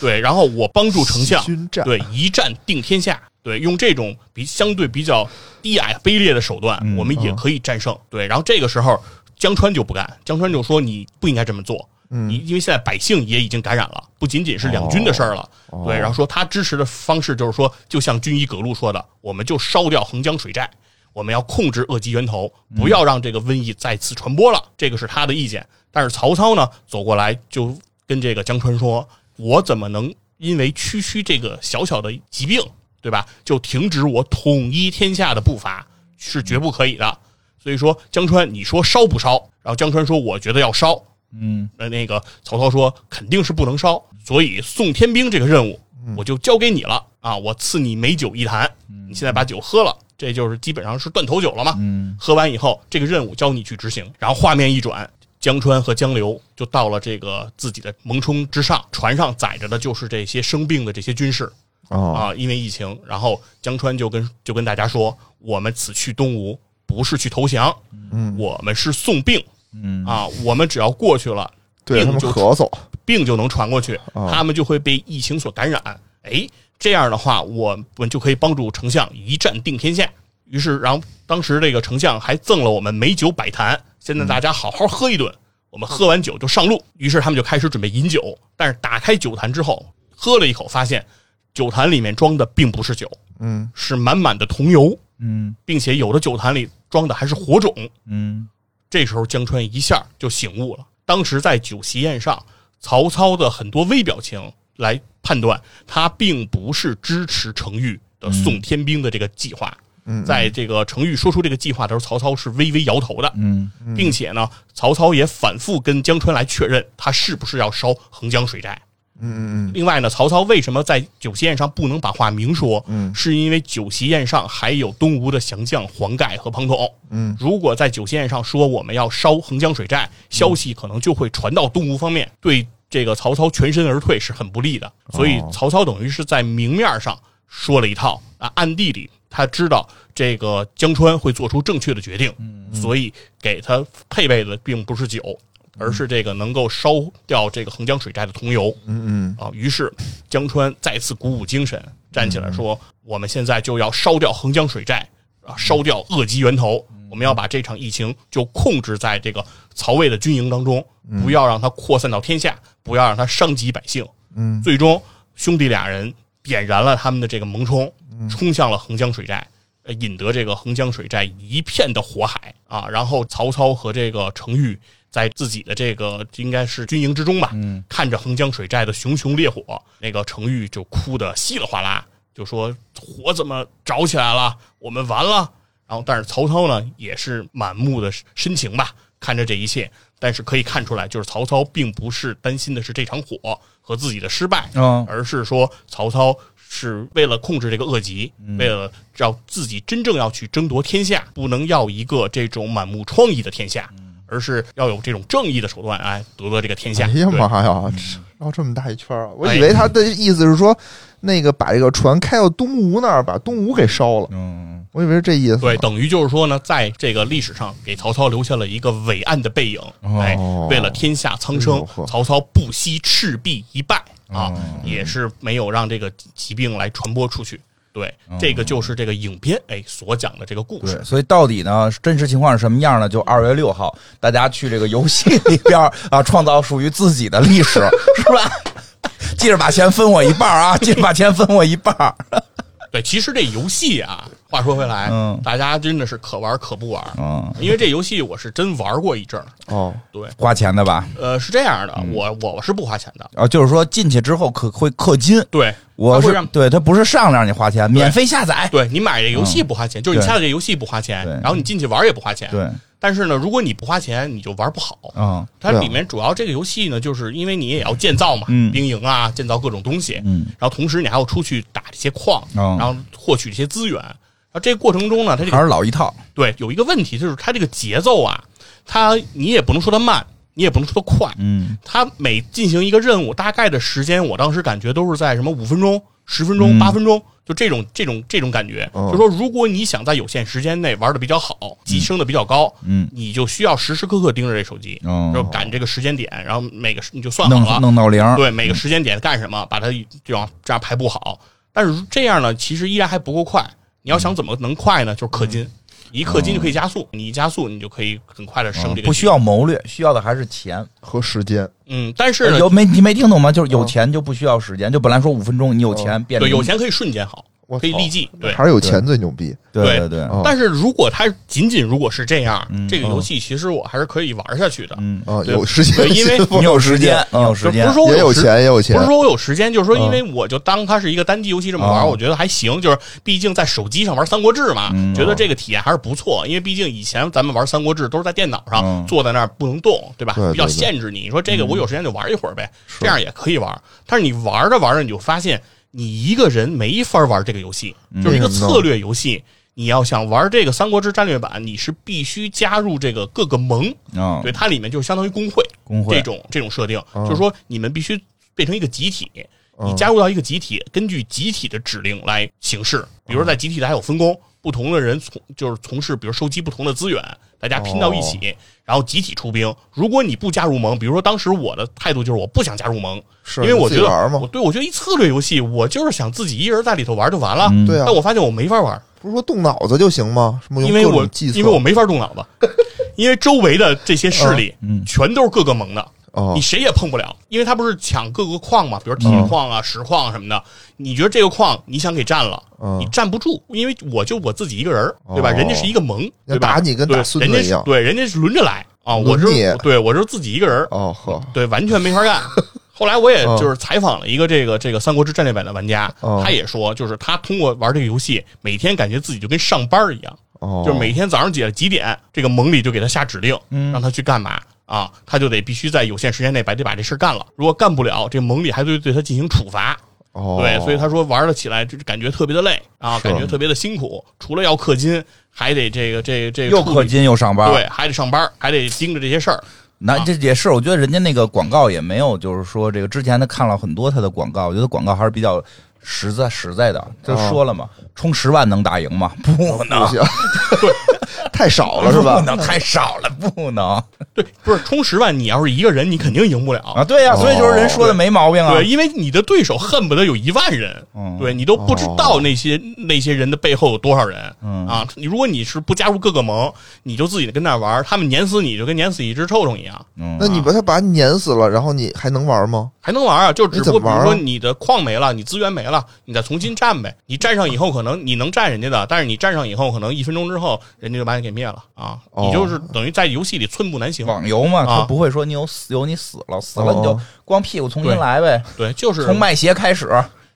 Speaker 3: 对，然后我帮助丞相
Speaker 4: 细菌战
Speaker 3: 对一战定天下，对，用这种比相对比较低矮卑劣的手段，
Speaker 4: 嗯
Speaker 3: 我们也可以战胜。对，然后这个时候江川就不干，江川就说你不应该这么做。
Speaker 4: 嗯
Speaker 3: 你因为现在百姓也已经感染了，不仅仅是两军的事儿了，
Speaker 4: 哦
Speaker 3: 对。然后说他支持的方式就是说，就像军医葛路说的，我们就烧掉横江水寨，我们要控制恶疾源头，不要让这个瘟疫再次传播了。这个是他的意见。但是曹操呢，走过来就跟这个江川说：“我怎么能因为区区这个小小的疾病，对吧，就停止我统一天下的步伐，是绝不可以的。”所以说，江川，你说烧不烧？然后江川说：“我觉得要烧。”
Speaker 1: 嗯，
Speaker 3: 那那个曹操说肯定是不能烧，所以送天兵这个任务我就交给你了啊！我赐你美酒一坛，你现在把酒喝了，这就是基本上是断头酒了嘛。喝完以后，这个任务交你去执行。然后画面一转，江川和江流就到了这个自己的蒙冲之上，船上载着的就是这些生病的这些军士。
Speaker 4: 哦
Speaker 3: 啊，因为疫情，然后江川就跟就跟大家说，我们此去东吴不是去投降，
Speaker 4: 嗯
Speaker 3: 我们是送病，
Speaker 1: 嗯
Speaker 3: 啊，我们只要过去了，
Speaker 4: 对他
Speaker 3: 病
Speaker 4: 们
Speaker 3: 就
Speaker 4: 咳嗽
Speaker 3: 病就能传过去，
Speaker 4: 啊
Speaker 3: 他们就会被疫情所感染。哎，这样的话，我们就可以帮助丞相一战定天下。于是，然后当时这个丞相还赠了我们美酒百坛，现在大家好好喝一顿。我们喝完酒就上路。于是他们就开始准备饮酒，但是打开酒坛之后，喝了一口，发现酒坛里面装的并不是酒，
Speaker 4: 嗯
Speaker 3: 是满满的桐油，
Speaker 1: 嗯
Speaker 3: 并且有的酒坛里装的还是火种。
Speaker 1: 嗯
Speaker 3: 这时候江川一下就醒悟了。当时在酒席宴上，曹操的很多微表情来判断，他并不是支持程昱的送天兵的这个计划。
Speaker 4: 嗯，
Speaker 3: 在这个程昱说出这个计划的时候，曹操是微微摇头的，
Speaker 1: 嗯
Speaker 3: 并且呢，曹操也反复跟江川来确认他是不是要烧横江水寨。
Speaker 4: 嗯嗯嗯
Speaker 3: 另外呢，曹操为什么在酒席宴上不能把话明说？
Speaker 4: 嗯
Speaker 3: 是因为酒席宴上还有东吴的降将黄盖和庞统。
Speaker 4: 嗯
Speaker 3: 如果在酒席宴上说我们要烧横江水寨，消息可能就会传到东吴方面，对这个曹操全身而退是很不利的。
Speaker 4: 哦
Speaker 3: 所以曹操等于是在明面上说了一套啊，暗地里他知道这个江川会做出正确的决定，
Speaker 4: 嗯
Speaker 3: 所以给他配备的并不是酒，而是这个能够烧掉这个横江水寨的桐油。
Speaker 4: 嗯
Speaker 3: 啊，于是江川再次鼓舞精神，站起来说：“我们现在就要烧掉横江水寨，啊，烧掉恶疾源头，我们要把这场疫情就控制在这个曹魏的军营当中，不要让它扩散到天下，不要让它伤及百姓。”
Speaker 4: 嗯，
Speaker 3: 最终兄弟俩人点燃了他们的这个蒙冲，冲向了横江水寨。呃引得这个横江水寨一片的火海啊！然后曹操和这个程昱在自己的这个应该是军营之中吧，
Speaker 1: 嗯
Speaker 3: 看着横江水寨的熊熊烈火，那个程昱就哭得稀里哗啦，就说火怎么着起来了？我们完了。然后，但是曹操呢，也是满目的深情吧，看着这一切。但是可以看出来，就是曹操并不是担心的是这场火和自己的失败，
Speaker 1: 嗯
Speaker 3: 而是说曹操是为了控制这个恶疾，
Speaker 4: 嗯
Speaker 3: 为了让自己真正要去争夺天下，不能要一个这种满目疮痍的天下，而是要有这种正义的手段，哎，夺得这个天下。
Speaker 4: 嗯哎呀
Speaker 3: 对
Speaker 4: 妈呀，这绕这么大一圈儿啊！我
Speaker 3: 哎
Speaker 4: 以为他的意思是说，那个把这个船开到东吴那儿，把东吴给烧了。
Speaker 1: 嗯
Speaker 4: 我以为是这意思。
Speaker 3: 对，，等于就是说呢，在这个历史上给曹操留下了一个伟岸的背影。哎，为了天下苍
Speaker 4: 哦哎
Speaker 3: 生
Speaker 4: 呦呵，嗯
Speaker 3: 曹操不惜赤壁一败啊
Speaker 1: 哦，
Speaker 3: 也是没有让这个疾病来传播出去。对，
Speaker 4: 哦
Speaker 3: 这个就是这个影片哎所讲的这个故事
Speaker 1: 对，。所以到底呢，真实情况是什么样呢？就二月六号，大家去这个游戏里边儿啊，创造属于自己的历 史，是吧？记着把钱分我一半儿啊！记着把钱分我一半儿。
Speaker 3: 对，其实这游戏啊，话说回来
Speaker 1: 嗯，
Speaker 3: 大家真的是可玩可不玩，
Speaker 1: 嗯，
Speaker 3: 因为这游戏我是真玩过一阵儿。
Speaker 4: 哦，
Speaker 3: 对，
Speaker 1: 花钱的吧？
Speaker 3: 呃，是这样
Speaker 4: 嗯
Speaker 3: 的，我我是不花钱的。
Speaker 1: 啊，就是说进去之后可会氪金，
Speaker 3: 对，
Speaker 4: 哦
Speaker 1: 我
Speaker 3: 它会
Speaker 1: 是
Speaker 3: 让
Speaker 1: 对他不是上来让你花钱，免费下载。
Speaker 3: 对你买这游戏不花钱，就是你下载这游戏不花钱
Speaker 1: 哎嗯对，
Speaker 3: 然后你进去玩也不花钱。
Speaker 1: 对，
Speaker 3: 但是呢，如果你不花钱，你就玩不好。
Speaker 1: 嗯
Speaker 3: 它
Speaker 4: 对啊
Speaker 3: 里面主要这个游戏呢，就是因为你也要建造嘛，
Speaker 1: 嗯
Speaker 3: 兵营啊，建造各种东西，
Speaker 1: 嗯
Speaker 3: 然后同时你还要出去打这些矿，
Speaker 1: 哦
Speaker 3: 然后获取这些资源。然后这个过程中呢，它这
Speaker 1: 还
Speaker 3: 个
Speaker 1: 是老一套。
Speaker 3: 对有一个问题，就是它这个节奏啊，它你也不能说它慢，你也不能说它快，
Speaker 1: 嗯
Speaker 3: 它每进行一个任务，大概的时间，我当时感觉都是在什么五分钟、十分
Speaker 1: 嗯
Speaker 3: 钟、八分钟，就这种这种这种感觉。
Speaker 4: 哦
Speaker 3: 就说如果你想在有限时间内玩的比较好，提升的比较高，
Speaker 1: 嗯，
Speaker 3: 你就需要时时刻刻盯着这手机，
Speaker 1: 哦
Speaker 3: 就赶这个时间点，然后每个时你就算好了
Speaker 1: 弄，弄到零。嗯
Speaker 3: 对每个时间点干什么，把它这样这样排布好。但是这样呢，其实依然还不够快。你要想怎么能快呢？就是氪
Speaker 1: 嗯
Speaker 3: 金，一氪金就可以加速，你一加速你就可以很快的升
Speaker 1: 嗯
Speaker 3: 这个。
Speaker 1: 哦不需要谋略，需要的还是钱。呃
Speaker 4: 和时间，
Speaker 3: 嗯，但是呢
Speaker 1: 有没你没听懂吗？就是有钱就不需要时间，就本来说五分钟，你有钱变
Speaker 3: 哦对
Speaker 1: 成
Speaker 3: 有钱可以瞬间好
Speaker 4: 我，
Speaker 3: 可以
Speaker 4: 操
Speaker 3: 立即对。
Speaker 4: 还是有钱最牛逼。
Speaker 1: 对
Speaker 3: 对
Speaker 1: 对对，
Speaker 4: 哦
Speaker 3: 但是如果它仅仅如果是这样，这个游戏其实我还是可以玩下去的。
Speaker 1: 嗯，
Speaker 4: 啊，
Speaker 3: 对
Speaker 4: 有时 间
Speaker 3: 对，因为
Speaker 1: 你有时间，你有
Speaker 3: 就
Speaker 1: 时
Speaker 3: 哦 不
Speaker 1: 间
Speaker 3: 是，说我
Speaker 4: 也有
Speaker 3: 时
Speaker 4: 钱，也有钱
Speaker 3: 不是。说我有时间，就是说，
Speaker 4: 嗯
Speaker 3: 因为我就当它是一个单机游戏这么玩，
Speaker 1: 哦
Speaker 3: 我觉得还行。就是毕竟在手机上玩《三国志》嘛，觉得这个体验还是不错。因为毕竟以前咱们玩《三国志》都是在电脑上、
Speaker 1: 嗯
Speaker 3: 坐在那儿不能动，对吧？
Speaker 4: 对对
Speaker 3: 比较
Speaker 4: 对
Speaker 3: 限制你。你说这个我有时间就玩一会儿呗，这样也可以玩。但是你玩着玩着，你就发现你一个人没法玩这个游戏，就是一个
Speaker 4: 为什么呢
Speaker 3: 策略游戏。你要想玩这个《三国志战略版》，你是必须加入这个各个盟，
Speaker 1: 嗯，
Speaker 3: 对，它里面就相当于工会，
Speaker 1: 工
Speaker 3: 这
Speaker 1: 会
Speaker 3: 种这种设定，
Speaker 4: 嗯
Speaker 3: 就是说你们必须变成一个集体，
Speaker 1: 嗯
Speaker 3: 你加入到一个集体，根据集体的指令来行事。比如说在集体里还有
Speaker 1: 嗯
Speaker 3: 分工，不同的人从就是从事，比如收集不同的资源，大家拼到一起，
Speaker 1: 哦
Speaker 3: 然后集体出兵。如果你不加入盟，比如说当时我的态度就是我不想加入盟，
Speaker 4: 是
Speaker 3: 因为我觉
Speaker 4: 自己
Speaker 3: 得
Speaker 4: 玩嘛
Speaker 3: 我对我觉得一策略游戏，我就是想自己一人在里头玩就完了。
Speaker 1: 嗯
Speaker 4: 对啊
Speaker 3: 但，我发现我没法玩，
Speaker 4: 不是说动脑子就行吗？什么用
Speaker 3: 因为
Speaker 4: 各
Speaker 3: 我
Speaker 4: 种计策？
Speaker 3: 因为我没法动脑子，因为周围的这些势力
Speaker 1: 嗯
Speaker 3: 全都是各个盟的。
Speaker 4: 哦嗯
Speaker 3: 你，谁也碰不了，因为他不是抢各个矿嘛，比如体育矿啊、石矿什么的。你觉得这个矿你想给占了，
Speaker 4: 嗯
Speaker 3: 你站不住，因为我就我自己一个人儿，对吧？
Speaker 4: 哦
Speaker 3: 人家是一个盟，
Speaker 4: 那
Speaker 3: 对吧？
Speaker 4: 打你跟打
Speaker 3: 对
Speaker 4: 孙子
Speaker 3: 人家
Speaker 4: 一样
Speaker 3: 是对，人家是轮着来啊，我
Speaker 4: 轮
Speaker 3: 是
Speaker 4: 你
Speaker 3: 对我是自己一个人儿，
Speaker 4: 哦呵，
Speaker 3: 对，完全没法干。后来我也
Speaker 4: 嗯
Speaker 3: 就是采访了一个这个这个《三国志战略版》的玩家，
Speaker 4: 嗯
Speaker 3: 他也说，就是他通过玩这个游戏，每天感觉自己就跟上班一样，
Speaker 4: 哦，
Speaker 3: 就是每天早上几几点，这个盟里就给他下指令，
Speaker 4: 嗯
Speaker 3: 让他去干嘛啊，他就得必须在有限时间内把这把这事儿干了。如果干不了，这盟里还会对他进行处罚。
Speaker 4: 哦，
Speaker 3: 对，所以他说玩了起来就是感觉特别的累啊，感觉特别的辛苦，除了要氪金，还得这个这个这个
Speaker 1: 又氪
Speaker 3: 处
Speaker 1: 金又上班，
Speaker 3: 理，对，啊还得上班，还得盯着这些事儿。
Speaker 1: 那这也是，我觉得人家那个广告也没有，就是说这个之前他看了很多他的广告，我觉得广告还是比较实在实在的。就
Speaker 3: 哦
Speaker 1: 说了嘛，充十万能打赢吗？不能
Speaker 4: 不， 行，太少了是
Speaker 1: 不
Speaker 4: 吧？
Speaker 1: 能太少了，不能
Speaker 3: 对，不是充十万，你要是一个人，你肯定赢不了。
Speaker 1: 啊！对呀、所以就是人说的没毛病啊。
Speaker 3: 哦对，因为你的对手恨不得有一万人，
Speaker 1: 嗯
Speaker 3: 对你都不知道那
Speaker 1: 哦
Speaker 3: 些、那些人的背后有多少人、
Speaker 1: 嗯
Speaker 3: 啊！你如果你是不加入各个盟，你就自己跟那玩儿，他们碾死你就跟碾死一只臭虫一样，
Speaker 1: 嗯，
Speaker 4: 那你把他把他碾死了，然后你还能玩吗？
Speaker 3: 还能玩儿啊？就只
Speaker 4: 你
Speaker 3: 不
Speaker 4: 怎
Speaker 3: 过
Speaker 4: 么
Speaker 3: 比如
Speaker 4: 玩
Speaker 3: 说
Speaker 4: 啊
Speaker 3: 你的矿没了，你资源没了，你再重新占呗。你占上以后，可能你能占人家的，但是你占上以后，可能一分钟之后人家就把你给灭了啊！
Speaker 4: 哦
Speaker 3: 你就是等于在游戏里寸步难行。
Speaker 1: 网游嘛，
Speaker 3: 啊
Speaker 1: 他不会说你有死有你死了，死了你就
Speaker 4: 哦
Speaker 1: 光屁股重新
Speaker 3: 对
Speaker 1: 来呗，
Speaker 3: 对，就是嗯
Speaker 1: 从卖鞋开始，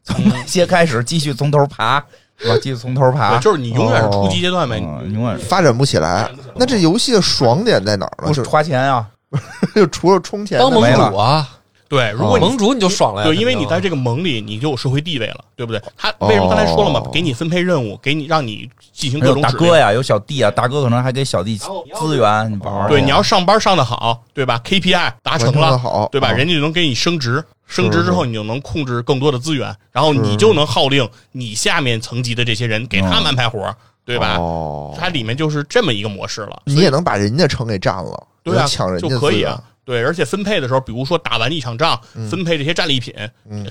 Speaker 1: 从卖鞋开始，继续从头爬，是吧？继续从头爬
Speaker 3: 对，就是你永远是初级阶段呗。
Speaker 1: 嗯，永远是
Speaker 4: 发展不起来。那这游戏的爽点在哪儿呢？
Speaker 1: 不
Speaker 4: 就是
Speaker 1: 花钱啊。
Speaker 4: 就除了充钱的
Speaker 2: 当盟
Speaker 4: 没了
Speaker 2: 主啊，
Speaker 3: 对，如果你
Speaker 2: 盟主你就爽了呀，
Speaker 3: 对，因为
Speaker 2: 肯
Speaker 3: 你
Speaker 2: 定啊
Speaker 3: 在这个盟里，你就有社会地位了，对不对？他为什么刚才说了嘛
Speaker 4: 哎哦？
Speaker 3: 给你分配任务，给你让你进行
Speaker 1: 还
Speaker 3: 各
Speaker 1: 有
Speaker 3: 种
Speaker 1: 大
Speaker 3: 指
Speaker 1: 哥
Speaker 3: 令。
Speaker 1: 呀，有小弟啊，大哥可能还给小弟资源，你玩玩。
Speaker 3: 对，你要上班上的好，对吧？KPI 达
Speaker 4: 哎完
Speaker 3: 成
Speaker 4: 成的
Speaker 3: 了，
Speaker 4: 好，
Speaker 3: 对吧？
Speaker 4: 哦
Speaker 3: 人家就能给你升职，升职之后你就能控制更多的资源，然后你
Speaker 4: 是
Speaker 3: 就能号令你下面层级的这些人，给他们安排活儿，对吧？
Speaker 4: 哦，
Speaker 3: 它里面就是这么一个模式了。
Speaker 4: 你也能把人家城给占了，
Speaker 3: 对啊
Speaker 4: 能抢人家
Speaker 3: 就可
Speaker 4: 资
Speaker 3: 以
Speaker 4: 源嗯
Speaker 3: 啊。对，而且分配的时候，比如说打完一场仗，分配这些战利品，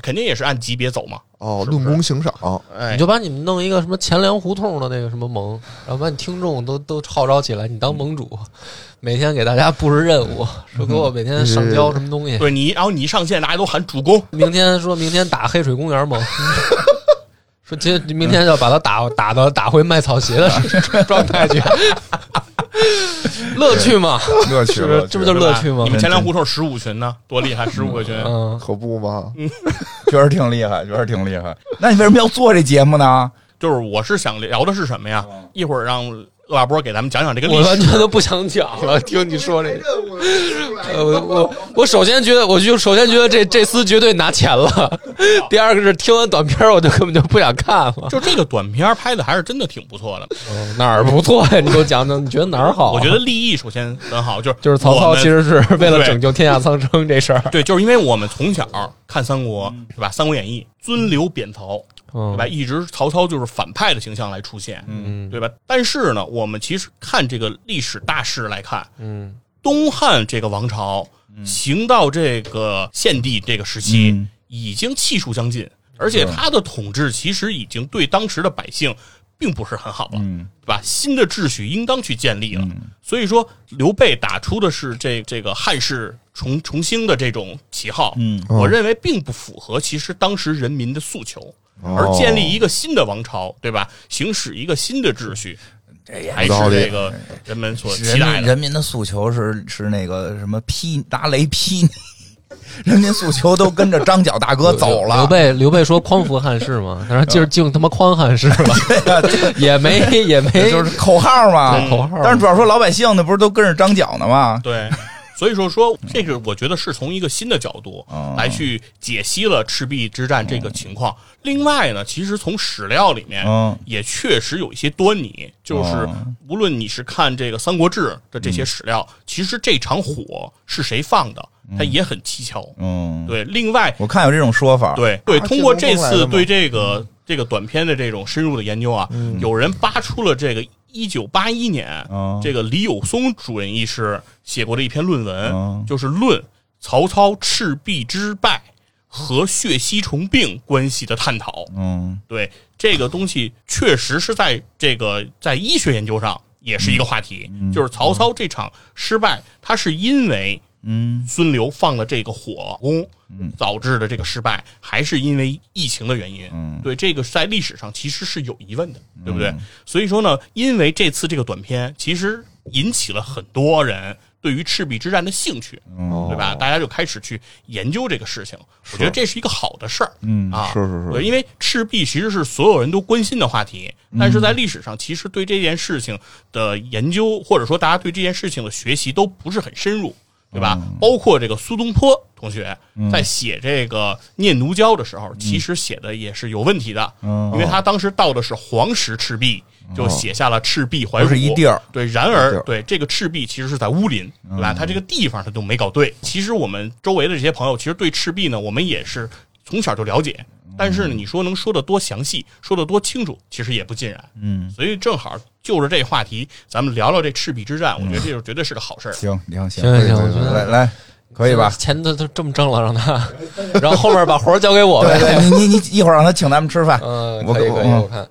Speaker 3: 肯定也是按级别走嘛。
Speaker 4: 哦，
Speaker 3: 是不
Speaker 4: 论
Speaker 3: 是
Speaker 4: 功行赏，
Speaker 3: 哎
Speaker 2: 你，就把你们弄一个什么钱粮胡同的那个什么盟，然后把你听众都都号召起来，你当盟主，每天给大家布置任务，说给我每天
Speaker 3: 嗯
Speaker 2: 上交什么东西。
Speaker 3: 对你，然后你一上线，大家都喊主公，
Speaker 2: 明天说明天打黑水公园盟， 说今明天要把他打打到打回卖草鞋的 状态去，乐趣嘛，
Speaker 1: 乐趣
Speaker 2: 是不是这不就
Speaker 3: 对吧
Speaker 2: 乐趣吗
Speaker 3: 你？们前粮胡同十五群呢，多厉害，十五个群。
Speaker 2: 嗯，
Speaker 4: 可不吗？
Speaker 1: 确实挺厉害，确实挺厉害。那你为什么要做这节目呢？
Speaker 3: 就是我是想聊的是什么呀？一会儿让恶霸波给咱们讲讲这个历
Speaker 2: 我完
Speaker 3: 史。
Speaker 2: 全都不想讲 了，听你说这个。呃，我我我首先觉得，我就首先觉得这这厮绝对拿钱了。
Speaker 3: 哦
Speaker 2: 第二个是听完短片儿，我就根本就不想看了。
Speaker 3: 就这个短片拍的还是真的挺不错的，
Speaker 2: 哪儿不错呀？你给我讲讲，你觉得哪儿
Speaker 3: 哦
Speaker 2: 好？啊
Speaker 3: 我觉得立意首先很好，就是
Speaker 2: 就是曹
Speaker 3: 我
Speaker 2: 操
Speaker 3: 们
Speaker 2: 其实是为了拯救天下苍生这事儿。
Speaker 3: 对，就是因为我们从小看三国是吧，《三国演义》尊刘贬曹，对
Speaker 2: 嗯
Speaker 3: 吧？一直曹操就是反派的形象来出现，
Speaker 2: 嗯
Speaker 3: 对吧？但是呢，我们其实看这个历史大势来看，
Speaker 2: 嗯，
Speaker 3: 东汉这个王朝行到这个献帝这个时期，
Speaker 1: 嗯
Speaker 3: 已经气数将近，而且他的统治其实已经对当时的百姓并不是很好了，
Speaker 1: 嗯
Speaker 3: 对吧？新的秩序应当去建立了。所以说，刘备打出的是这这个汉室重重兴的这种旗号，
Speaker 1: 嗯
Speaker 3: 我认为并不符合其实当时人民的诉求。
Speaker 4: 哦
Speaker 3: 而建立一个新的王朝，对吧？行使一个新的秩序，
Speaker 1: 这也
Speaker 3: 还是这个人们所
Speaker 1: 人
Speaker 3: 期待
Speaker 1: 民
Speaker 3: 的。
Speaker 1: 人民的诉求是是那个什么劈拿雷劈你，人民诉求都跟着张角大哥走
Speaker 2: 刘
Speaker 1: 了。
Speaker 2: 备刘备说匡扶汉室嘛，他说今儿净他妈匡汉室 了，也没也没
Speaker 1: 就是口号嘛，
Speaker 2: 对口号
Speaker 1: 但是主要说老百姓那不是都跟着张角呢吗？
Speaker 3: 对，所以说说这个，我觉得是从一个新的角度
Speaker 1: 嗯
Speaker 3: 来去解析了赤壁之战这个情况。另外呢，其实从史料里面
Speaker 1: 嗯
Speaker 3: 也确实有一些端倪，就是
Speaker 1: 嗯
Speaker 3: 无论你是看这个《三国志》的这些史料，其实这场火是谁放的，它也很蹊跷。
Speaker 1: 嗯，
Speaker 3: 对，另外
Speaker 1: 我看有这种说法。
Speaker 3: 对对，
Speaker 4: 啊
Speaker 3: 通过这
Speaker 4: 这东西来
Speaker 3: 次
Speaker 4: 的吗
Speaker 3: 对这个
Speaker 1: 嗯
Speaker 3: 这个短片的这种深入的研究啊，有人扒出了这个一九八一年
Speaker 1: 嗯
Speaker 3: 这个李有松主任医师写过的一篇论
Speaker 1: 嗯
Speaker 3: 文，就是论曹操赤壁之败和血吸虫病关系的探讨。
Speaker 1: 嗯，
Speaker 3: 对这个东西，确实是在这个在医学研究上也是一个话题，就是曹操这场失败，他是因为
Speaker 1: 嗯
Speaker 3: 孙刘放的这个火攻导致的这个失败，还是因为疫情的原因。
Speaker 1: 嗯
Speaker 3: 对，这个在历史上其实是有疑问的，对不对？所以说呢，因为这次这个短片，其实引起了很多人对于赤壁之战的兴趣，
Speaker 1: 嗯
Speaker 3: 对吧？大家就开始去研究这个事情，我觉得这是一个好的事儿。
Speaker 1: 嗯
Speaker 3: 啊，
Speaker 4: 是是是
Speaker 3: 对，因为赤壁其实是所有人都关心的话题，
Speaker 4: 嗯
Speaker 3: 但是在历史上，其实对这件事情的研究，或者说大家对这件事情的学习都不是很深入，对吧？
Speaker 4: 嗯
Speaker 3: 包括这个苏东坡同学在写这个《念奴娇》的时候，
Speaker 4: 嗯
Speaker 3: 其实写的也是有问题的，
Speaker 1: 嗯
Speaker 3: 因为他当时到的是黄石赤壁，就写下了赤壁怀古，
Speaker 1: 不哦是一地儿
Speaker 3: 对，然
Speaker 1: 一地
Speaker 3: 而
Speaker 1: 儿嗯
Speaker 3: 对这个赤壁其实是在乌林，对吧？它这个地方它都没搞对。其实我们周围的这些朋友，其实对赤壁呢，我们也是从小就了解，
Speaker 1: 嗯
Speaker 3: 但是呢，你说能说的多详细，说的多清楚，其实也不尽然。
Speaker 1: 嗯，
Speaker 3: 所以正好就着这话题，咱们聊聊这赤壁之战，我
Speaker 1: 嗯
Speaker 3: 觉得这就绝对是个好事儿。
Speaker 1: 行，行行
Speaker 2: 行
Speaker 1: 可以
Speaker 2: 行
Speaker 1: 可以
Speaker 2: 我觉
Speaker 1: 来
Speaker 2: 得
Speaker 1: 来，可以吧？
Speaker 2: 钱都都这么挣了，让他，然后后面把活儿交给我呗。
Speaker 1: 对对，你你你一会儿让他请咱们吃 饭，
Speaker 2: 嗯，
Speaker 1: 我
Speaker 2: 可以
Speaker 1: 我
Speaker 2: 可以，
Speaker 1: 嗯
Speaker 2: 我看。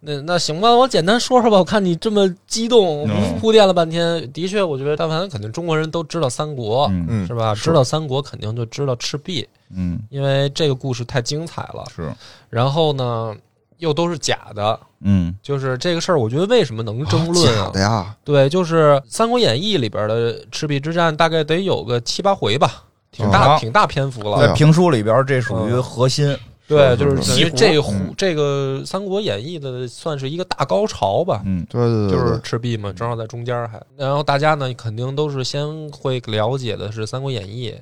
Speaker 2: 那那行吧，我简单说说吧。我看你这么激动，我
Speaker 1: 嗯
Speaker 2: 们铺垫了半天。的确，我觉得但凡肯定中国人都知道三国，
Speaker 1: 嗯
Speaker 4: 嗯
Speaker 2: 是吧？知道三国肯定就知道赤壁，
Speaker 1: 嗯，
Speaker 2: 因为这个故事太精彩了。
Speaker 1: 是，
Speaker 2: 然后呢，又都是假的，
Speaker 1: 嗯
Speaker 2: 就是这个事儿，我觉得为什么能
Speaker 1: 哦
Speaker 2: 争论
Speaker 4: 假
Speaker 2: 啊？
Speaker 4: 的呀，
Speaker 2: 对，就是《三国演义》里边的赤壁之战，大概得有个七八回吧，挺大、
Speaker 1: 哦
Speaker 2: 挺大篇幅了。
Speaker 1: 在评书里边这属
Speaker 2: 嗯
Speaker 1: 于核心，
Speaker 2: 对，
Speaker 4: 是
Speaker 2: 就是是等于
Speaker 3: 是
Speaker 2: 这个
Speaker 1: 嗯
Speaker 2: 这个《三国演义》的算是一个大高潮吧。
Speaker 1: 嗯
Speaker 4: 对对对
Speaker 2: 就
Speaker 4: 对
Speaker 2: 是赤壁嘛，正好在中间儿还。然后大家呢，肯定都是先会了解的是《三国演义》，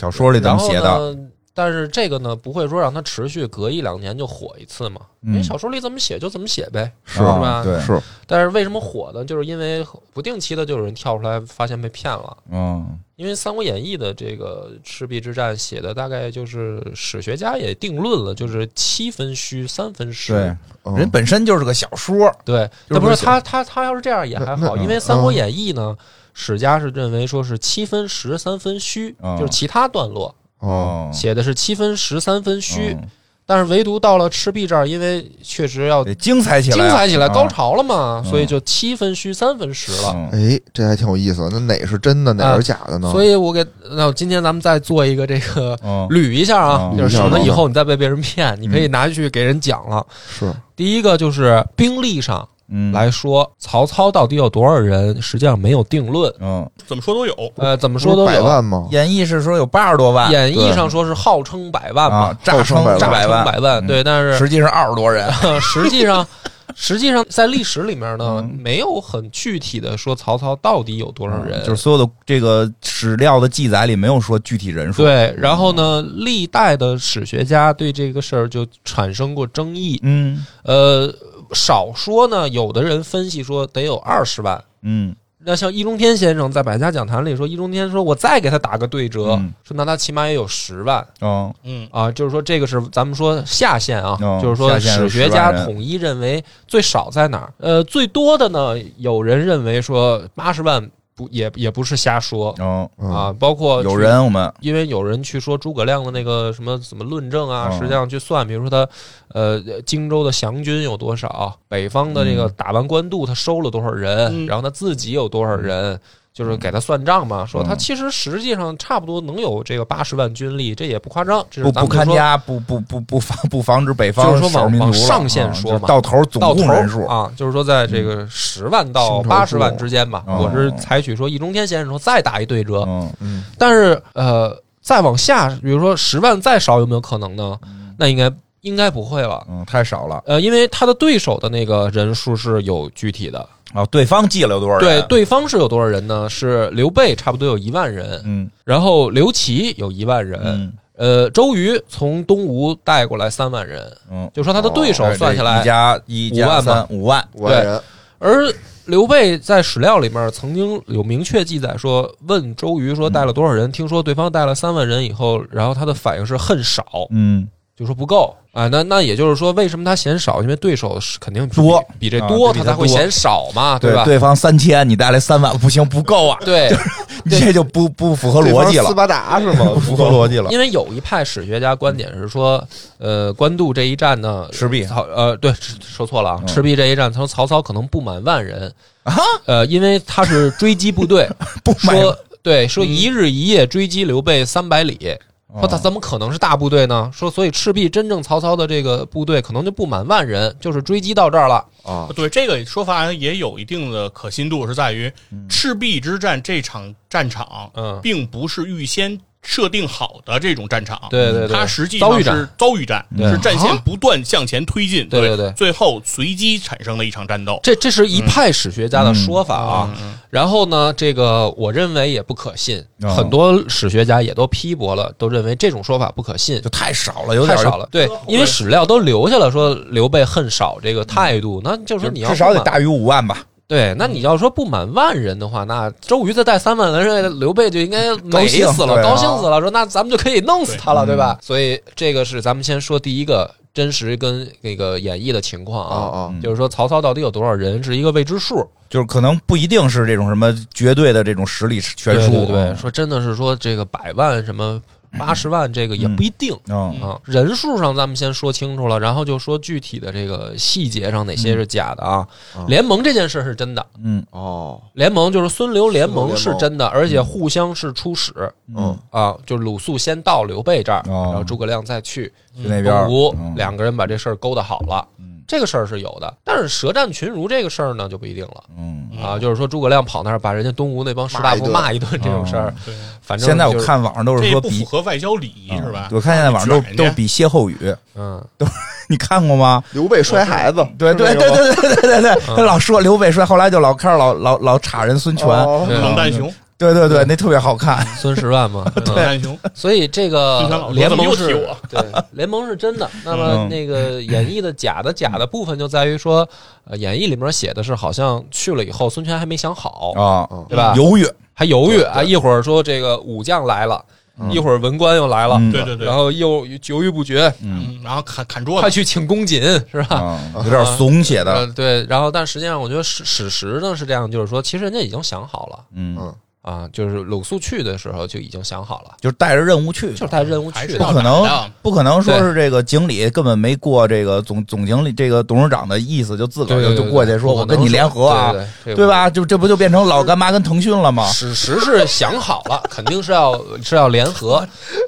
Speaker 1: 小说里怎
Speaker 2: 然
Speaker 1: 么
Speaker 2: 后
Speaker 1: 写的？
Speaker 2: 呢，但是这个呢，不会说让它持续隔一两年就火一次嘛，
Speaker 1: 嗯
Speaker 2: 因为小说里怎么写就怎么写呗。
Speaker 1: 是
Speaker 2: 是吧
Speaker 1: 嗯对，
Speaker 4: 啊是
Speaker 2: 但是为什么火呢？就是因为不定期的就有人跳出来发现被骗了。
Speaker 1: 嗯
Speaker 2: 因为《三国演义》的这个赤壁之战写的大概就是史学家也定论了，就是七分虚，三分实。
Speaker 1: 对，
Speaker 4: 嗯
Speaker 1: 人本身就是个小说，
Speaker 2: 对，
Speaker 1: 就是
Speaker 2: 那不是
Speaker 1: 写嗯
Speaker 2: 他他他要是这样也还
Speaker 4: 那
Speaker 2: 好，
Speaker 4: 那
Speaker 2: 因为《三国演义》呢，史家是认为说是七分实三分虚，
Speaker 1: 嗯
Speaker 2: 就是其他段落
Speaker 4: 哦，
Speaker 2: 写的是七分实三分虚，
Speaker 1: 嗯
Speaker 2: 但是唯独到了赤壁这儿，因为确实要
Speaker 1: 得精彩起
Speaker 2: 哦精
Speaker 1: 来啊，
Speaker 2: 彩起来、
Speaker 1: 啊
Speaker 2: 高潮了嘛，
Speaker 1: 嗯
Speaker 2: 所以就七分虚三分实了。
Speaker 1: 嗯
Speaker 4: 哎，这还挺有意思的。那哪是真的，哪是假的呢？
Speaker 2: 所以我给那今天咱们再做一个这个
Speaker 1: 嗯，
Speaker 2: 捋一下啊，
Speaker 1: 嗯
Speaker 2: 就是省得
Speaker 4: 捋一下嗯
Speaker 2: 以后你再被别人骗，你可以拿去给人讲了。
Speaker 4: 是
Speaker 2: 第一个就是兵力上
Speaker 1: 嗯，
Speaker 2: 来说，曹操到底有多少人，实际上没有定论。
Speaker 1: 嗯，
Speaker 3: 怎么说都有，
Speaker 2: 呃，怎
Speaker 4: 不
Speaker 2: 么说
Speaker 4: 是
Speaker 2: 都
Speaker 4: 百
Speaker 2: 有。
Speaker 4: 万吗？
Speaker 1: 演义是说有八十多万，
Speaker 2: 演义上说是号称百万
Speaker 1: 啊
Speaker 2: 嘛，，
Speaker 1: 炸
Speaker 4: 称百万
Speaker 1: 炸
Speaker 2: 炸成
Speaker 1: 万，
Speaker 2: 百万，对，但是
Speaker 1: 实际上二十多人，
Speaker 2: 实际上，实际上在历史里面呢，
Speaker 1: 嗯
Speaker 2: 没有很具体的说曹操到底有多少人，
Speaker 1: 就是所有的这个史料的记载里没有说具体人数，，
Speaker 2: 对。然后呢，历代的史学家对这个事儿就产生过争议。
Speaker 1: 嗯
Speaker 2: 呃，少说呢，有的人分析说得有二十万。
Speaker 1: 嗯
Speaker 2: 那像易中天先生在百家讲坛里说，易中天说我再给他打个对折，
Speaker 1: 嗯
Speaker 2: 说那他起码也有十万。
Speaker 1: 哦，
Speaker 3: 嗯，
Speaker 2: 啊，就是说这个是咱们说下限啊，
Speaker 1: 嗯
Speaker 2: 就是说
Speaker 1: 下限
Speaker 2: 史
Speaker 1: 是
Speaker 2: 学
Speaker 1: 10万
Speaker 2: 家
Speaker 1: 人
Speaker 2: 统一认为最少在哪儿？呃，最多的呢，有人认为说八十万不也也不是瞎说
Speaker 1: 哦，
Speaker 4: 嗯
Speaker 2: 啊，，包括
Speaker 1: 有
Speaker 2: 去。
Speaker 1: 人我们
Speaker 2: 因为有人去说诸葛亮的那个什么怎么论证啊，
Speaker 1: 嗯
Speaker 2: 实际上去算，比如说他，呃，荆州的降军有多少，北方的这个
Speaker 1: 嗯
Speaker 2: 打完官渡他收了多少人，
Speaker 3: 嗯
Speaker 2: 然后他自己有多少人，就是给他算账嘛，说他
Speaker 1: 嗯
Speaker 2: 其实实际上差不多能有这个八十万军力，这也不夸张，这
Speaker 1: 不
Speaker 2: 是咱
Speaker 1: 不
Speaker 2: 们就
Speaker 1: 堪
Speaker 2: 说
Speaker 1: 家，不不不不防不防止北方
Speaker 2: 就是说往
Speaker 1: 少数民
Speaker 2: 往
Speaker 1: 族了
Speaker 2: 上线
Speaker 1: 啊
Speaker 2: 说
Speaker 1: 就是
Speaker 2: 嘛
Speaker 1: 到头总
Speaker 2: 到头
Speaker 1: 共
Speaker 2: 儿
Speaker 1: 人数，
Speaker 2: 啊，就是说在这个十万到
Speaker 4: 嗯
Speaker 2: 八十万之间吧。
Speaker 1: 嗯
Speaker 2: 我是采取说易中天先生说再打一对折，
Speaker 1: 嗯
Speaker 4: 嗯，
Speaker 2: 但是呃，再往下，比如说十万再少有没有可能呢？那应该应该不会了。
Speaker 1: 嗯，太少了
Speaker 2: 呃，因为他的对手的那个人数是有具体的，
Speaker 1: 啊，对方记了有多少
Speaker 2: 对
Speaker 1: 人？，啊
Speaker 2: 对方是有多少人呢？是刘备差不多有一万人，
Speaker 1: 嗯
Speaker 2: 然后刘琦有一万人，
Speaker 1: 嗯
Speaker 2: 呃，周瑜从东吴带过来三万人，
Speaker 1: 嗯，
Speaker 2: 就说他的对手
Speaker 1: 哦对
Speaker 2: 算下来
Speaker 1: 一加一
Speaker 2: 五
Speaker 1: 加
Speaker 2: 万吧
Speaker 1: 三五万，
Speaker 4: 五万人，
Speaker 2: 而刘备在史料里面曾经有明确记载说，问周瑜说带了多少人，听说对方带了三万人以后，然后他的反应是恨少，
Speaker 1: 嗯，
Speaker 2: 就说不够啊。那那也就是说，为什么他嫌少？因为对手是肯定比
Speaker 1: 多
Speaker 2: 比这
Speaker 1: 啊
Speaker 2: 多，
Speaker 1: 比
Speaker 2: 他
Speaker 1: 他
Speaker 2: 才会
Speaker 1: 多
Speaker 2: 嫌少嘛，
Speaker 1: 对
Speaker 2: 吧？
Speaker 1: 对方三千，你带来三万，不行，不够啊，
Speaker 2: 对，
Speaker 1: 你这就不不符合
Speaker 4: 对方
Speaker 1: 逻辑了
Speaker 4: 斯，巴达是吗？
Speaker 1: 不符合逻辑了，
Speaker 2: 因为有一派史学家观点是说，呃，官渡这一战呢，
Speaker 1: 赤壁
Speaker 2: 曹呃，对，说错了啊，
Speaker 1: 嗯
Speaker 2: 赤壁这一战，他说 曹操可能不满万人啊，呃，因为他是追击部队，
Speaker 1: 不买
Speaker 2: 说对，说
Speaker 1: 嗯
Speaker 2: 一日一夜追击刘备三百里，
Speaker 1: 哦
Speaker 2: 说他怎么可能是大部队呢？说所以赤壁真正曹操的这个部队可能就不满万人，就是追击到这儿了。
Speaker 4: 啊，
Speaker 3: 对这个说法也有一定的可信度，是在于
Speaker 1: 嗯
Speaker 3: 赤壁之战这场战场，
Speaker 2: 嗯
Speaker 3: 并不是预先设定好的这种战场，
Speaker 2: 对对对
Speaker 3: 它实际
Speaker 2: 遭
Speaker 3: 上
Speaker 2: 遇战啊
Speaker 3: 是遭遇战，
Speaker 1: 对
Speaker 3: 是战线不断向前推进，
Speaker 2: 对
Speaker 3: 对
Speaker 2: 对对
Speaker 3: 最后随机产生的一场战斗。嗯
Speaker 2: 这这是
Speaker 1: 嗯
Speaker 2: 一派史学家的说法啊。然后呢，这个我认为也不可信，
Speaker 1: 哦
Speaker 2: 很多史学家也都批驳了，都认为这种说法不可信
Speaker 1: 就。太少了，有
Speaker 2: 太
Speaker 1: 点
Speaker 2: 少了，对，因为史料都留下了说刘备恨少这个态度，那就是说你要
Speaker 1: 至少
Speaker 2: 不
Speaker 1: 得
Speaker 2: 满
Speaker 1: 大于五万吧，
Speaker 2: 对，那你要说不满万人的话，那周瑜再带三万人，刘备就应该美死了，高
Speaker 1: 高啊
Speaker 2: 兴
Speaker 4: 兴
Speaker 2: 死了，说那咱们就可以弄死他了，对
Speaker 1: 嗯
Speaker 2: 吧？所以这个是咱们先说第一个真实跟那个演绎的情况啊，
Speaker 4: 哦哦
Speaker 2: 就是说曹操到底有多少人是一个未知数。
Speaker 1: 嗯就是可能不一定是这种什么绝对的这种实力悬殊，
Speaker 2: 对对对，说真的是说这个百万什么八十万这个也不一定。
Speaker 1: 嗯，
Speaker 2: 啊，人数上咱们先说清楚了，然后就说具体的这个细节上哪些是假的啊。
Speaker 4: 嗯啊
Speaker 2: 联盟这件事是真的，
Speaker 1: 嗯
Speaker 4: 哦，
Speaker 2: 联盟就是孙刘联
Speaker 4: 孙
Speaker 2: 盟
Speaker 4: 刘联
Speaker 2: 是
Speaker 4: 盟
Speaker 2: 真的，而且互相是出使
Speaker 1: 嗯
Speaker 4: 嗯，
Speaker 2: 啊，就是鲁肃先到刘备这儿，
Speaker 1: 哦
Speaker 2: 然后诸葛亮再去
Speaker 1: 去那边
Speaker 2: 东
Speaker 1: 儿
Speaker 2: 吴，
Speaker 1: 嗯
Speaker 2: 两个人把这事儿勾搭好了
Speaker 1: 嗯，
Speaker 2: 这个事儿是有的。但是舌战群儒这个事儿呢就不一定了
Speaker 1: 嗯，
Speaker 3: 嗯
Speaker 2: 啊，就是说诸葛亮跑那儿把人家东吴那帮士大夫骂
Speaker 4: 骂
Speaker 2: 一顿这种事儿，
Speaker 3: 对，
Speaker 2: 反正
Speaker 1: 嗯现在
Speaker 2: 就
Speaker 1: 我
Speaker 2: 是
Speaker 1: 看网上都
Speaker 3: 这
Speaker 1: 是
Speaker 3: 也
Speaker 1: 说
Speaker 3: 不符
Speaker 1: 比，
Speaker 3: 合外交礼仪
Speaker 1: 嗯
Speaker 3: 是
Speaker 2: 啊
Speaker 3: 吧？
Speaker 1: 我看现在网上
Speaker 3: 卷
Speaker 1: 都
Speaker 3: 人
Speaker 1: 都
Speaker 3: 家
Speaker 1: 比歇后语，
Speaker 2: 嗯，
Speaker 1: 你看过吗？
Speaker 4: 刘备摔孩子，
Speaker 1: 对对对对对对对对，他老说刘备帅，后来就老开始老老老插人孙权，
Speaker 4: 哦
Speaker 2: 对
Speaker 3: 冷淡熊，
Speaker 1: 对对对，那特别好看。
Speaker 2: 孙十 万嘛，嗯
Speaker 3: 冷淡熊，
Speaker 2: 所以这
Speaker 3: 孙权老说
Speaker 2: 个联盟
Speaker 3: 怎么
Speaker 2: 是
Speaker 3: 又提我
Speaker 2: 对 联盟是真的。那么
Speaker 1: 嗯
Speaker 2: 那个演绎的假的假的部分就在于说，呃，演绎里面写的是好像去了以后，孙权还没想好，
Speaker 1: 啊，
Speaker 2: 对吧？
Speaker 1: 犹豫，
Speaker 2: 还犹豫啊，一会儿说这个武将来了，一会儿文官又来了，
Speaker 1: 嗯
Speaker 3: 对对对，
Speaker 2: 然后又犹豫不决，
Speaker 3: 嗯然后砍砍
Speaker 2: 快
Speaker 3: 桌子，
Speaker 2: 去请公瑾是吧？
Speaker 1: 啊，有点怂写的，
Speaker 2: 呃，对，然后但实际上我觉得史史实呢是这样，就是说其实人家已经想好了
Speaker 1: 嗯，
Speaker 4: 嗯，
Speaker 2: 啊，就是鲁肃去的时候就已经想好了，
Speaker 1: 就是带着任务去
Speaker 2: 就，是带任务
Speaker 3: 还
Speaker 2: 去
Speaker 3: 是
Speaker 2: 的
Speaker 1: 不
Speaker 3: 要
Speaker 1: 可能
Speaker 3: 打的
Speaker 1: 不可能说是这个经理根本没过这个总总经理这个董事长的意思，就自个儿
Speaker 2: 对
Speaker 1: 就
Speaker 2: 对对
Speaker 1: 就过去说
Speaker 2: 不
Speaker 1: 我
Speaker 2: 可能
Speaker 1: 跟你联合啊
Speaker 2: 对，对对
Speaker 1: 对吧？就这不就变成老干妈跟腾讯了吗？
Speaker 2: 史实是想好了，肯定是要是要联合，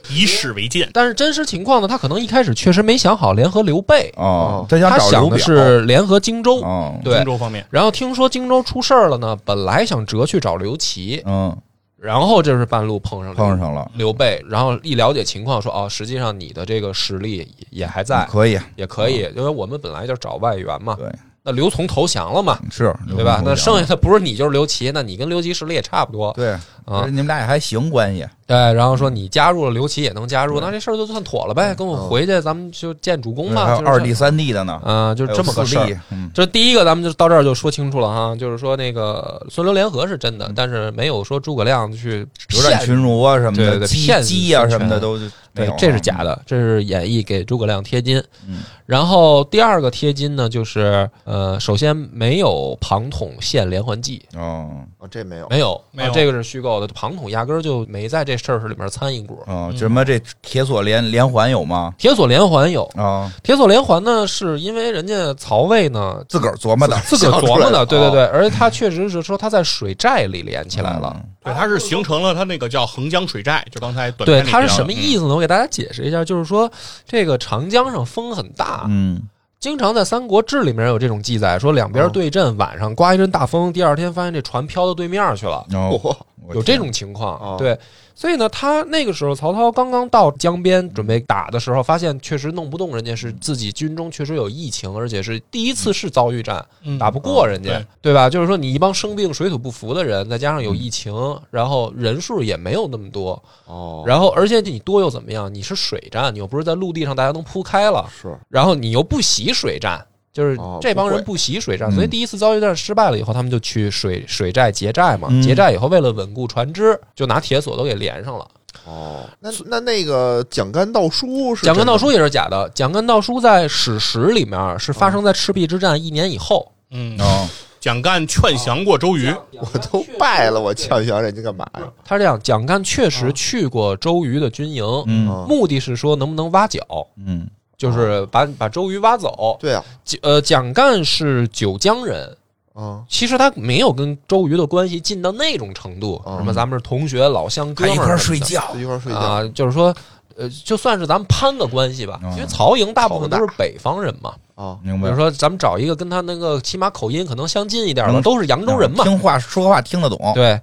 Speaker 3: 以史为鉴，
Speaker 2: 但是真实情况呢，他可能一开始确实没想好联合刘备，
Speaker 1: 哦
Speaker 4: 哦，
Speaker 1: 他想
Speaker 2: 他
Speaker 1: 找
Speaker 2: 想
Speaker 1: 刘
Speaker 2: 的
Speaker 1: 表，
Speaker 2: 是联合荆州，
Speaker 1: 哦，
Speaker 2: 对
Speaker 3: 荆。州方面，
Speaker 2: 然后听说荆州出事儿了呢，本来想折去找刘琦，
Speaker 1: 嗯，
Speaker 2: 然后这是半路碰上
Speaker 1: 碰
Speaker 2: 刘
Speaker 1: 上了，
Speaker 2: 刘备，然后一了解情况说哦，实际上你的这个实力也还在，
Speaker 1: 嗯可以，啊
Speaker 2: 也可以，因为我们本来就找外援嘛。
Speaker 1: 对，嗯
Speaker 2: 那刘琮投降了嘛，
Speaker 1: 是，
Speaker 2: 对吧？那剩下的不是你就是刘琦，那你跟刘琦实力也差不多
Speaker 1: 啊对，
Speaker 2: 啊
Speaker 1: 而且。你们俩也还行关系，
Speaker 2: 对，哎然后说你加入了刘琦也能加入，那这事儿就算妥了呗。跟我回去，咱们就见主公
Speaker 1: 嗯还
Speaker 2: 吧。
Speaker 1: 有
Speaker 2: 就是
Speaker 1: 二弟三弟的呢，
Speaker 2: 啊，就是这么个事
Speaker 1: 还有四
Speaker 2: 儿。
Speaker 1: 弟，嗯，
Speaker 2: 这第一个，咱们就到这儿就说清楚了哈，就是说那个孙刘联合是真的，但是没有说诸葛亮去
Speaker 1: 嗯有点
Speaker 2: 骗
Speaker 1: 群儒啊什么
Speaker 2: 对对
Speaker 1: 的，
Speaker 2: 对
Speaker 1: 鸡
Speaker 2: 骗
Speaker 1: 鸡啊
Speaker 2: 孙
Speaker 1: 什
Speaker 2: 权
Speaker 1: 么的都没
Speaker 2: 对
Speaker 1: 有，，啊
Speaker 2: 这是假的，这是演绎给诸葛亮贴金。
Speaker 1: 嗯
Speaker 2: 然后第二个贴金呢，就是呃，首先没有庞统献连环计，
Speaker 1: 哦，
Speaker 4: 哦，这没有，
Speaker 2: 没有，
Speaker 3: 没有
Speaker 2: 啊这个是虚构的，庞统压根儿就没在这事儿里面参与过。
Speaker 1: 哦，什么这铁锁连连环有吗？
Speaker 2: 铁索连环有，
Speaker 1: 啊，
Speaker 2: 铁索连环呢，是因为人家曹魏呢
Speaker 1: 自个儿琢磨的，哦
Speaker 2: 自个儿琢
Speaker 1: 想
Speaker 2: 磨
Speaker 1: 出来
Speaker 2: 的，对对对，而且他确实是说他在水寨里连起来
Speaker 1: 嗯
Speaker 2: 了。
Speaker 3: 对，它是形成了它那个叫横江水寨，就刚才短
Speaker 2: 对，
Speaker 3: 片里
Speaker 2: 它是嗯
Speaker 3: 聊
Speaker 2: 什
Speaker 3: 的
Speaker 2: 么意思呢？我给大家解释一下，就是说这个长江上风很大，
Speaker 1: 嗯，哦
Speaker 2: 经常在《三国志》里面有这种记载，说两边对阵，晚上刮一阵大风，第二天发现这船飘到对面去了，
Speaker 1: 然后
Speaker 4: 哦
Speaker 2: 有这种情况。
Speaker 4: 哦
Speaker 2: 对，所以呢，他那个时候曹操刚刚到江边准备打的时候，发现确实弄不动人家，
Speaker 1: 嗯
Speaker 2: 是自己军中确实有疫情，而且是第一次是遭遇战，
Speaker 3: 嗯
Speaker 2: 打不过人家
Speaker 3: 对，
Speaker 2: 对吧？就是说你一帮生病、水土不服的人，再加上有疫情，然后人数也没有那么多，
Speaker 4: 哦，
Speaker 2: 然后而且你多又怎么样？你是水战，你又不是在陆地上大家能铺开了。
Speaker 4: 是
Speaker 2: 然后你又不习水战，就是
Speaker 4: 哦
Speaker 2: 这帮人
Speaker 4: 不
Speaker 2: 不习水战，
Speaker 1: 嗯
Speaker 2: 所以第一次遭遇战失败了以后，他们就去水水寨结寨嘛。
Speaker 1: 嗯
Speaker 2: 结寨以后，为了稳固船只，就拿铁索都给连上了。
Speaker 4: 哦，那那那个蒋干盗书是
Speaker 2: 蒋干
Speaker 4: 真的
Speaker 2: 盗书也是假的，蒋干盗书在史实里面是发生在赤壁之战一年以后。
Speaker 3: 嗯，
Speaker 1: 哦，
Speaker 3: 蒋干劝降过周瑜，
Speaker 4: 我都败了，我呛想人家干嘛呀？
Speaker 2: 他是这样，蒋干确实去过周瑜的军营，
Speaker 1: 嗯
Speaker 4: 嗯，
Speaker 2: 目的是说能不能挖角，
Speaker 1: 嗯，
Speaker 2: 就是把把周瑜挖走。
Speaker 4: 对啊，
Speaker 2: 呃，蒋干是九江人，
Speaker 4: 啊
Speaker 2: 其实他没有跟周瑜的关系近到那种程度，
Speaker 4: 哦
Speaker 2: 什么咱们是同学、老乡、
Speaker 1: 嗯
Speaker 2: 哥
Speaker 1: 还
Speaker 2: 们
Speaker 1: 一
Speaker 2: 儿
Speaker 1: 块儿
Speaker 2: 什么
Speaker 1: 睡
Speaker 2: 的
Speaker 1: 觉，
Speaker 4: 一块儿睡觉，
Speaker 2: 啊，就是说，呃，就算是咱们攀个关系吧，
Speaker 1: 嗯
Speaker 2: 因为曹营大部分都是北方人嘛，
Speaker 4: 啊
Speaker 1: 明
Speaker 2: 比
Speaker 1: 白
Speaker 2: 如？说咱们找一个跟他那个起码口音可能相近一点的，
Speaker 1: 能
Speaker 2: 都是扬州人嘛，
Speaker 1: 听话说话听得懂，
Speaker 2: 对，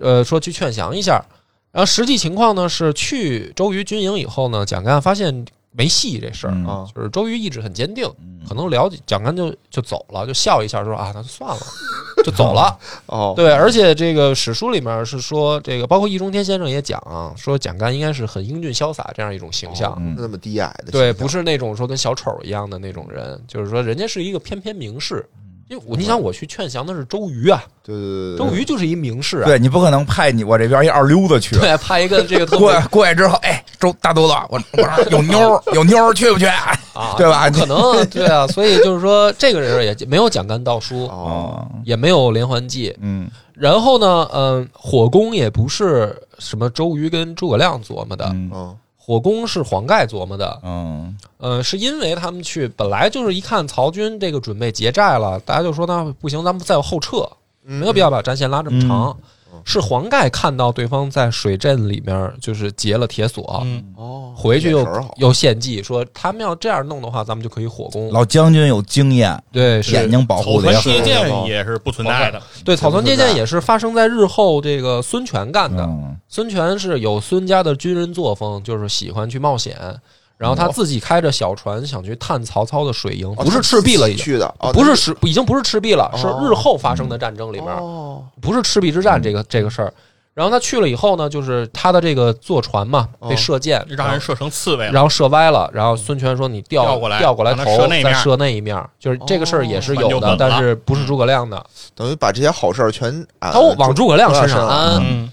Speaker 2: 呃，说去劝降一下。然后实际情况呢是，去周瑜军营以后呢，蒋干发现没戏这事儿，
Speaker 1: 嗯
Speaker 4: 啊
Speaker 2: 就是周瑜意志很坚定，
Speaker 1: 嗯
Speaker 2: 可能了解蒋干就就走了，就笑一下说啊，那就算了，就走了。
Speaker 4: 哦，
Speaker 2: 对，而且这个史书里面是说，这个包括易中天先生也讲啊，说蒋干应该是很英俊潇洒这样一种形象，
Speaker 1: 嗯
Speaker 4: 哦那么低矮的，
Speaker 2: 对，不，是那种说跟小丑一样的那种人，就是说人家是一个翩翩名士。
Speaker 1: 嗯
Speaker 2: 因为我你想我去劝降的是周瑜啊，
Speaker 4: 对对对对，
Speaker 2: 周瑜就是一名士啊，
Speaker 1: 对你不可能派你我这边一二溜子去，
Speaker 2: 对，派一个这个特
Speaker 1: 过
Speaker 2: 别
Speaker 1: 来过去之后，哎，周大肚子，我我 说有妞儿有妞儿去不去？
Speaker 2: 啊，
Speaker 1: 对吧
Speaker 2: 不可能啊对啊，所以就是说这个人也没有蒋干道书，
Speaker 4: 哦
Speaker 1: 哦，
Speaker 2: 也没有连环计，
Speaker 1: 嗯
Speaker 2: 然后呢，嗯，火攻也不是什么周瑜跟诸葛亮琢磨的，
Speaker 1: 嗯
Speaker 4: 哦
Speaker 2: 火攻是黄盖琢磨的，
Speaker 1: 嗯
Speaker 2: 呃，是因为他们去本来就是一看曹军这个准备结寨了，大家就说那不行，咱们再后撤，
Speaker 4: 嗯，
Speaker 2: 没有必要把战线拉这么长。
Speaker 4: 嗯
Speaker 2: 是黄盖看到对方在水阵里面就是结了铁索，
Speaker 3: 嗯，
Speaker 4: 哦，
Speaker 2: 回去又
Speaker 4: 眼神儿好
Speaker 2: 又献计，说他们要这样弄的话，咱们就可以火攻。
Speaker 1: 老将军有经验，
Speaker 2: 对，是
Speaker 1: 眼睛保
Speaker 3: 草
Speaker 1: 护的
Speaker 3: 船
Speaker 1: 也
Speaker 3: 借
Speaker 1: 好。
Speaker 3: 箭也是不存在的，
Speaker 2: 对草船借箭也是发生在日后这个孙权干的。
Speaker 1: 嗯
Speaker 2: 孙权是有孙家的军人作风，就是喜欢去冒险，然后他自己开着小船想去探曹操的水营，
Speaker 4: 嗯哦
Speaker 2: 不是
Speaker 4: 他
Speaker 2: 赤壁了已
Speaker 4: 自己
Speaker 2: 经。
Speaker 4: 去的，哦
Speaker 2: 不是赤，已经不是赤壁了，
Speaker 4: 哦
Speaker 2: 是日后发生的战争里
Speaker 4: 那
Speaker 2: 面，
Speaker 4: 哦
Speaker 2: 不是赤壁之战这个这个事儿。然后他去了以后呢，就是他的这个坐船嘛
Speaker 4: 哦
Speaker 2: 被射箭，
Speaker 3: 让人射成刺猬了，
Speaker 2: 然后射歪了，然后孙权说你调
Speaker 3: 调过来
Speaker 2: 调过来
Speaker 3: 让他
Speaker 2: 头
Speaker 3: 射那一面哦
Speaker 2: 再射那一面，就是这个事儿也是有
Speaker 3: 船就
Speaker 2: 的，
Speaker 3: 稳了嗯
Speaker 2: 但是不是诸葛亮的，
Speaker 4: 等于把这些好事儿全啊
Speaker 2: 嗯他往诸葛亮身上
Speaker 4: 啊
Speaker 2: 安。
Speaker 3: 嗯，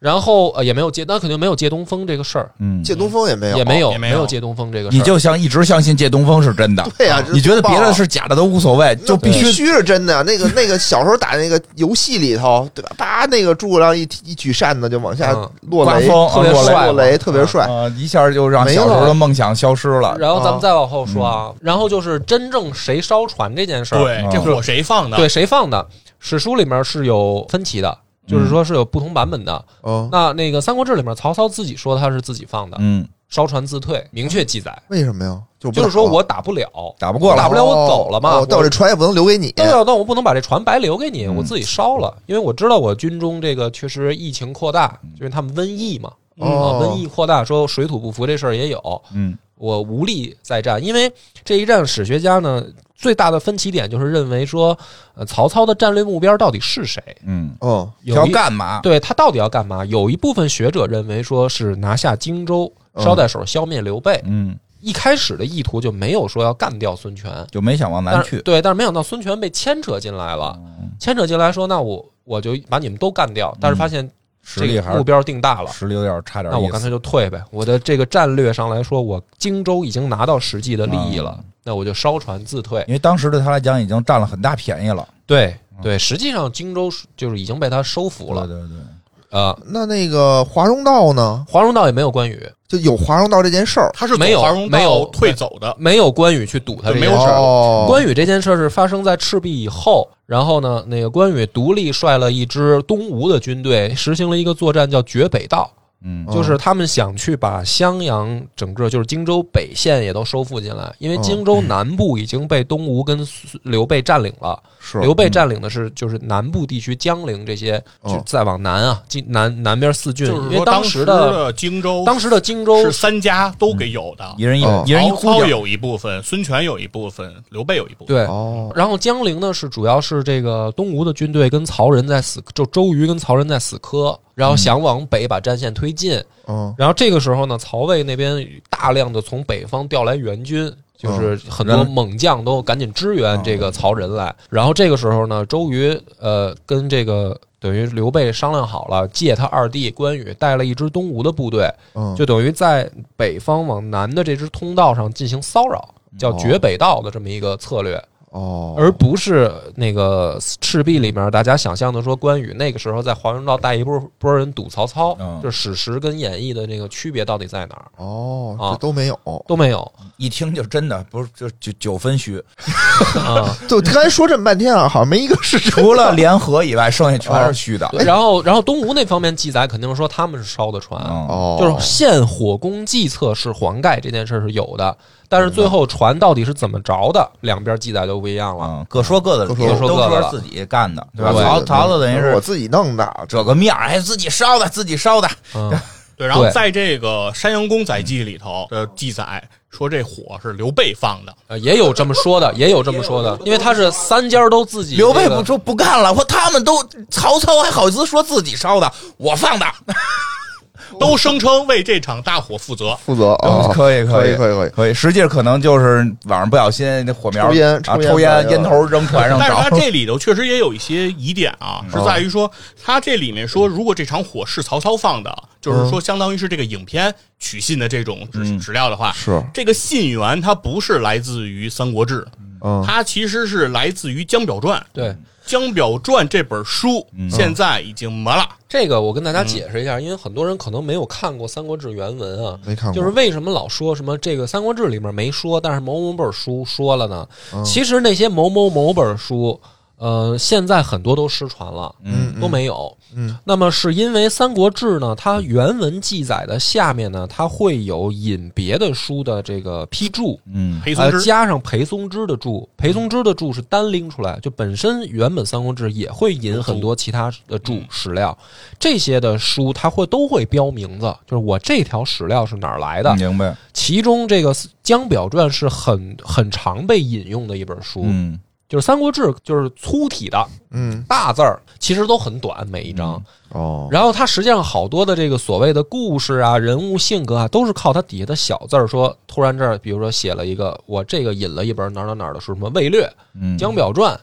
Speaker 2: 然后呃也没有借，那肯定没有借东风这个事儿，
Speaker 1: 嗯，
Speaker 4: 借东风也没有，
Speaker 2: 也没有
Speaker 3: 也没
Speaker 2: 没
Speaker 3: 有
Speaker 2: 有借东风这个事儿。
Speaker 1: 你就像一直相信借东风是真的，
Speaker 4: 哦对呀，这
Speaker 1: 你觉得别
Speaker 4: 棒
Speaker 1: 的
Speaker 4: 啊
Speaker 1: 是假的都无所谓，
Speaker 4: 那
Speaker 1: 就必
Speaker 4: 必
Speaker 1: 须
Speaker 4: 须是真的呀。啊那个那个小时候打那个游戏里头，对吧？叭，那个诸葛亮一提一举扇子就往下
Speaker 2: 嗯
Speaker 4: 落雷，
Speaker 1: 刮风
Speaker 4: 特别
Speaker 1: 啊落雷
Speaker 4: 帅，落雷特别帅。
Speaker 1: 啊，一下就让
Speaker 4: 没
Speaker 1: 小时候
Speaker 4: 了
Speaker 1: 的梦想消失了。
Speaker 2: 然后咱们再往后说啊，然后就是真正谁烧船这件事儿，
Speaker 3: 嗯
Speaker 2: 嗯
Speaker 3: 对，这火谁放的？
Speaker 2: 对，谁放的？史书里面是有分歧的，
Speaker 3: 嗯
Speaker 2: 就是说是有不同版本的。
Speaker 4: 嗯，
Speaker 2: 那那个《三国志》里面，曹操自己说他是自己放的，
Speaker 1: 嗯，
Speaker 2: 烧船自退，明确记载，
Speaker 4: 为什么呀？就
Speaker 2: 就是说我打不了，
Speaker 1: 打不过
Speaker 2: 打
Speaker 1: 了
Speaker 2: 不，了我走了嘛
Speaker 4: 哦但我这
Speaker 2: 我
Speaker 4: 船也不能留给你。
Speaker 2: 对啊，那我不能把这船白留给你，
Speaker 1: 哎嗯
Speaker 2: 我自己烧了，因为我知道我军中这个确实疫情扩大，
Speaker 1: 嗯
Speaker 2: 因为他们瘟疫嘛，啊，
Speaker 4: 哦
Speaker 2: 瘟疫扩大，说水土不服这事儿也有，
Speaker 1: 嗯
Speaker 2: 我无力再战，因为这一战史学家呢最大的分歧点就是认为说，呃，曹操的战略目标到底是谁？
Speaker 1: 嗯，
Speaker 4: 哦
Speaker 2: 有
Speaker 1: 要
Speaker 2: 一
Speaker 1: 干嘛？
Speaker 2: 对他到底要干嘛？有一部分学者认为说是拿下荆州，
Speaker 4: 嗯
Speaker 2: 捎带手消灭刘备。
Speaker 1: 嗯，
Speaker 2: 一开始的意图就没有说要干掉孙权，
Speaker 1: 就没想往南
Speaker 2: 但
Speaker 1: 去嗯
Speaker 2: 是。对，但是没想到孙权被牵扯进来了，牵扯进来说那我我就把你们都干掉，但是发现
Speaker 1: 实
Speaker 2: 这
Speaker 1: 力
Speaker 2: 个
Speaker 1: 还
Speaker 2: 目
Speaker 1: 是
Speaker 2: 标定大了。
Speaker 1: 实力有点差点意
Speaker 2: 那
Speaker 1: 思。
Speaker 2: 我干脆就退呗。我的这个战略上来说，我荆州已经拿到实际的利益了，
Speaker 1: 嗯
Speaker 2: 那我就烧船自退。
Speaker 1: 因为当时对他来讲已经占了很大便宜了。
Speaker 2: 对对，实际上荆州是就是已经被他收服了。
Speaker 1: 嗯对对对，
Speaker 2: 呃，
Speaker 4: 那那个华容道呢？
Speaker 2: 华容道也没有关羽，
Speaker 4: 就有华容道这件事儿，
Speaker 3: 他是
Speaker 2: 没有
Speaker 3: 走华容
Speaker 2: 没
Speaker 3: 道
Speaker 2: 有
Speaker 3: 退走的，
Speaker 2: 没有关羽去堵他这
Speaker 3: 对没
Speaker 2: 件
Speaker 3: 有
Speaker 2: 事儿。
Speaker 4: 哦
Speaker 2: 关羽这件事儿是发生在赤壁以后，然后呢，那个关羽独立率了一支东吴的军队，实行了一个作战叫绝北道，
Speaker 1: 嗯
Speaker 4: 哦
Speaker 2: 就是他们想去把襄阳整个就是荆州北线也都收复进来，
Speaker 4: 嗯
Speaker 2: 因为荆州南部已经被东吴跟孙刘备占领了，
Speaker 4: 是
Speaker 2: 刘备占领的是就是南部地区江陵这些，
Speaker 4: 嗯
Speaker 2: 就再往南啊，荆南南边四郡，
Speaker 3: 就
Speaker 2: 因
Speaker 3: 是
Speaker 2: 为
Speaker 3: 说
Speaker 2: 当
Speaker 3: 时
Speaker 2: 的
Speaker 3: 的荆州，
Speaker 2: 当时嗯的荆州
Speaker 3: 是三家都给有的
Speaker 1: 一，人一
Speaker 4: 哦
Speaker 1: 一人一
Speaker 3: 曹
Speaker 1: 哭
Speaker 3: 操有一部分，孙权有一部分，刘备有一部分，
Speaker 2: 对。
Speaker 4: 哦
Speaker 2: 然后江陵呢是主要是这个东吴的军队跟曹仁在死，就周瑜跟曹仁在死磕，然后想往北把战线推进。
Speaker 4: 嗯
Speaker 2: 然后这个时候呢，曹魏那边大量的从北方调来援军，就是很多猛将都赶紧支援这个曹仁来。然后这个时候呢，周瑜呃跟这个等于刘备商量好了，借他二弟关羽带了一支东吴的部队，
Speaker 4: 嗯，
Speaker 2: 就等于在北方往南的这支通道上进行骚扰，叫绝北道的这么一个策略。
Speaker 4: 哦，
Speaker 2: 而不是那个赤壁里面大家想象的说关羽那个时候在华容道带一波波人堵曹操
Speaker 1: 嗯，
Speaker 2: 就史实跟演义的那个区别到底在哪儿
Speaker 4: 哦，
Speaker 2: 啊
Speaker 4: 这都没有。
Speaker 2: 都 没有
Speaker 1: 一听就真的不是就九九分虚，
Speaker 2: 啊。
Speaker 4: 就刚才说这么半天啊，好像没一个是真的
Speaker 1: 除了联合以外，剩下全是虚的。
Speaker 2: 然后，然后东吴那方面记载肯定说他们是烧的船，
Speaker 1: 嗯，
Speaker 4: 哦，
Speaker 2: 就是献火攻计策是黄盖这件事是有的，但是最后船到底是怎么着的，两边记载就不一样了。
Speaker 1: 嗯，各说各的理，
Speaker 4: 各说
Speaker 1: 都
Speaker 2: 各的
Speaker 1: 说
Speaker 2: 了
Speaker 1: 自己干的，对吧？
Speaker 2: 对
Speaker 1: 曹曹操等于
Speaker 4: 我
Speaker 1: 是
Speaker 4: 自己弄的，
Speaker 1: 这个面儿，还自己烧的，自己烧的。
Speaker 2: 嗯，
Speaker 3: 对，然后
Speaker 2: 对
Speaker 3: 在这个《山阳公载记》里头的记载说，这火是刘备放的，
Speaker 2: 呃也有这么说的， 也有这么说的，因为他是三家都自己
Speaker 1: 刘备
Speaker 2: 这个
Speaker 1: 不说不干了，说他们都曹操还好意思说自己烧的，我放的。
Speaker 2: 嗯
Speaker 3: 都声称为这场大火负责。
Speaker 4: 负责哦，
Speaker 1: 可以
Speaker 4: 可
Speaker 1: 以
Speaker 4: 可以可以。
Speaker 1: 可以，实际可能就是晚上不小心那火苗
Speaker 4: 抽烟
Speaker 1: 啊
Speaker 4: 抽烟
Speaker 1: 抽
Speaker 4: 来
Speaker 1: 烟
Speaker 4: 了
Speaker 1: 烟头扔船上
Speaker 3: 但是
Speaker 1: 着
Speaker 3: 它这里头确实也有一些疑点啊，是在于说，它这里面说，如果这场火是曹操放的，就是说相当于是这个影片取信的这种史史料的话，
Speaker 4: 是
Speaker 3: 这个信源它不是来自于《三国志》，
Speaker 4: 嗯，
Speaker 3: 它其实是来自于《江表传》。
Speaker 2: 对。
Speaker 3: 《江表传》这本书现在已经没了，
Speaker 2: 这个我跟
Speaker 4: 嗯
Speaker 2: 大家解释一下，因为很多人可能没有看过《三国志》原文啊，
Speaker 4: 没看过
Speaker 2: 就是为什么老说什么这个《三国志》里面没说，但是某某本书说了呢？
Speaker 4: 嗯
Speaker 2: 其实那些某某某本书，呃，现在很多都失传了，
Speaker 1: 嗯，
Speaker 2: 都没有。
Speaker 4: 嗯，
Speaker 2: 那么是因为《三国志》呢，它原文记载的下面呢，它会有引别的书的这个批注，
Speaker 1: 嗯
Speaker 3: 裴松
Speaker 2: 呃，
Speaker 3: 之。
Speaker 2: 加上裴松之的注，裴松之的注是单拎出来，就本身原本《三国志》也会引很多其他的注史料，这些的书它会都会标名字，就是我这条史料是哪儿来的。
Speaker 1: 明白，
Speaker 2: 其中这个《江表传》是很很常被引用的一本书，
Speaker 1: 嗯
Speaker 2: 就是《三国志》就是粗体的
Speaker 4: 嗯
Speaker 2: 大字儿，其实都很短每一章。
Speaker 4: 哦，
Speaker 2: 然后它实际上好多的这个所谓的故事啊、人物性格啊，都是靠它底下的小字儿说，突然这儿比如说写了一个，我这个引了一本哪儿哪儿哪儿的书，什么《魏略》
Speaker 1: 嗯
Speaker 2: 《江表传》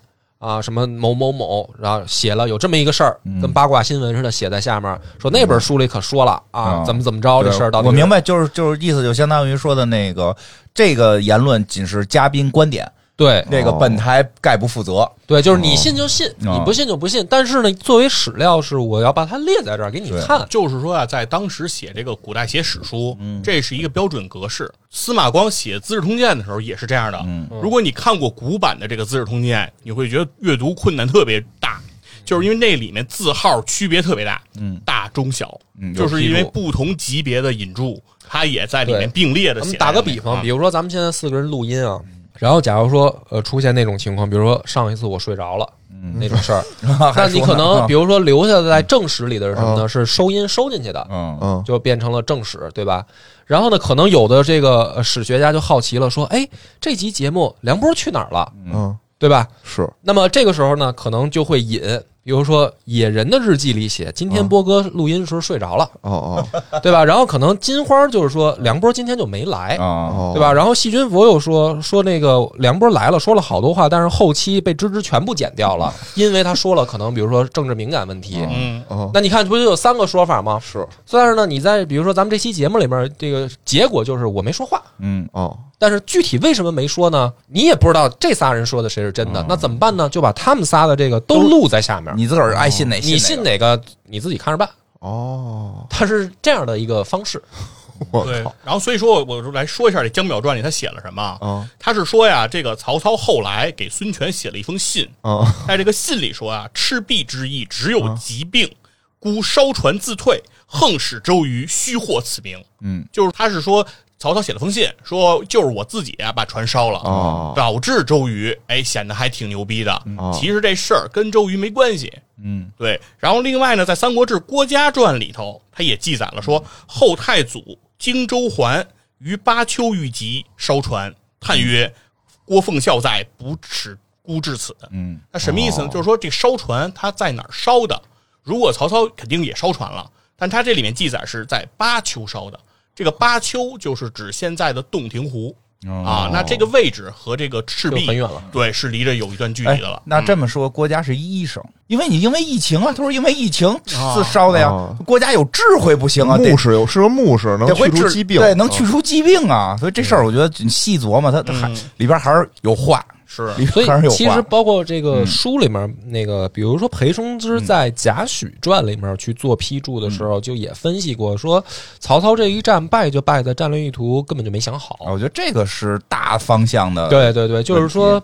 Speaker 2: 啊，什么某某某，然后写了有这么一个事儿，跟八卦新闻似的写在下面，说那本书里可说了啊
Speaker 1: 啊，
Speaker 2: 怎么怎么着这
Speaker 1: 对
Speaker 2: 事儿到底
Speaker 1: 我
Speaker 2: 是
Speaker 1: 明白，就是就是意思就相当于说的那个，这个言论仅是嘉宾观点，
Speaker 2: 对
Speaker 1: 那
Speaker 4: 哦
Speaker 1: 个本台概不负责。
Speaker 2: 对，就是你信就信，
Speaker 1: 哦
Speaker 2: 你不信就不信。但是呢，作为史料是我要把它列在这儿给你
Speaker 1: 对
Speaker 2: 看，
Speaker 3: 就是说啊，在当时写这个古代写史书，
Speaker 1: 嗯
Speaker 3: 这是一个标准格式。司马光写《资治通鉴》的时候也是这样的。
Speaker 1: 嗯
Speaker 2: 嗯
Speaker 3: 如果你看过古版的这个《资治通鉴》，你会觉得阅读困难特别大，就是因为那里面字号区别特别大，
Speaker 1: 嗯
Speaker 3: 大中小，
Speaker 1: 嗯有
Speaker 3: 就是因为
Speaker 1: 批注
Speaker 3: 不同级别的引注，它也在里面并列的
Speaker 2: 咱
Speaker 3: 写
Speaker 2: 们
Speaker 3: 在
Speaker 2: 打个
Speaker 3: 里面
Speaker 2: 比方，
Speaker 3: 啊
Speaker 2: 比如说咱们现在四个人录音啊，然后假如说呃出现那种情况，比如说上一次我睡着了。那种事儿，那
Speaker 1: 那
Speaker 2: 你可能比如说留下在正史里的是什么呢？
Speaker 4: 嗯
Speaker 2: 是收音收进去的，
Speaker 1: 嗯
Speaker 4: 嗯
Speaker 2: 就变成了正史，对吧？然后呢，可能有的这个呃史学家就好奇了，说：“哎，这集节目梁波去哪儿了？
Speaker 4: 嗯
Speaker 2: 对吧？”
Speaker 4: 是
Speaker 2: 那么这个时候呢，可能就会引，比如说《野人的日记》里写，今天波哥录音时候睡着了，
Speaker 4: 哦哦
Speaker 2: 对吧？然后可能金花就是说梁波今天就没来，
Speaker 1: 啊
Speaker 4: 哦，
Speaker 2: 对吧？？然后细菌佛又说说那个梁波来了，说了好多话，但是后期被芝芝全部剪掉了，因为他说了可能比如说政治敏感问题。
Speaker 3: 嗯，
Speaker 4: 哦，
Speaker 2: 那你看，不就有三个说法吗？
Speaker 4: 是
Speaker 2: 但是呢，你在比如说咱们这期节目里面，这个结果就是我没说话，
Speaker 1: 嗯
Speaker 4: 哦
Speaker 2: 但是具体为什么没说呢？你也不知道这仨人说的谁是真的，那怎么办呢？就把他们仨的这个都录在下面，
Speaker 1: 哦你自个儿爱信哪
Speaker 2: 你信
Speaker 1: 哪个。
Speaker 2: 哪个你自己看着办。
Speaker 4: 哦，
Speaker 2: 它是这样的一个方式，
Speaker 4: 我
Speaker 3: 对。然后所以说我我就来说一下这《江表传》里他写了什么啊。
Speaker 4: 啊
Speaker 3: 他是说呀，这个曹操后来给孙权写了一封信，
Speaker 4: 啊
Speaker 3: 在这个信里说啊，赤壁之役只有疾病，孤烧船自退，横使周瑜虚获此名。
Speaker 1: 嗯，
Speaker 3: 就是他是说曹操写了封信，说就是我自己啊把船烧了，
Speaker 4: 哦
Speaker 3: 导致周瑜哎显得还挺牛逼的。
Speaker 4: 哦
Speaker 3: 其实这事儿跟周瑜没关系。
Speaker 1: 嗯
Speaker 3: 对，然后另外呢，在《三国志·郭嘉传》里头，他也记载了说，后太祖荆州还于巴丘遇疾，烧船，叹曰：“郭奉孝在，不耻孤至此。”
Speaker 1: 嗯
Speaker 3: 那什么意思呢？就是说这烧船它在哪儿烧的？如果曹操肯定也烧船了，但他这里面记载是在巴丘烧的。这个巴丘就是指现在的洞庭湖、
Speaker 1: 哦
Speaker 3: 啊，那这个位置和这个赤壁
Speaker 2: 就很远了，
Speaker 3: 对，是离着有一段距
Speaker 1: 哎
Speaker 3: 离的了。，
Speaker 1: 那这
Speaker 4: 嗯
Speaker 1: 么说，郭嘉是医生，因为你因为疫情啊，他说因为疫情
Speaker 2: 啊
Speaker 1: 是烧的呀
Speaker 4: 哦。
Speaker 1: 郭嘉有智慧不行啊，得
Speaker 4: 牧师有是个牧师，能
Speaker 1: 得
Speaker 4: 去
Speaker 1: 会
Speaker 4: 除
Speaker 1: 治
Speaker 4: 疾病，
Speaker 1: 啊
Speaker 2: 嗯
Speaker 1: 对，能去除疾病啊。所以这事儿我觉得你细琢磨，他他还里边还是有话，
Speaker 3: 是
Speaker 1: 里
Speaker 2: 所以
Speaker 1: 边还是有
Speaker 2: 其实
Speaker 1: 话嗯
Speaker 2: 包括这个书里面那个，比如说裴松之在《贾诩传》里面去做批注的时
Speaker 1: 嗯
Speaker 2: 候，就也分析过说，曹操这一战败就败在战略意图根本就没想
Speaker 1: 啊，
Speaker 2: 好。
Speaker 1: 我觉得这个是大方向的，，
Speaker 2: 对对对，就是说。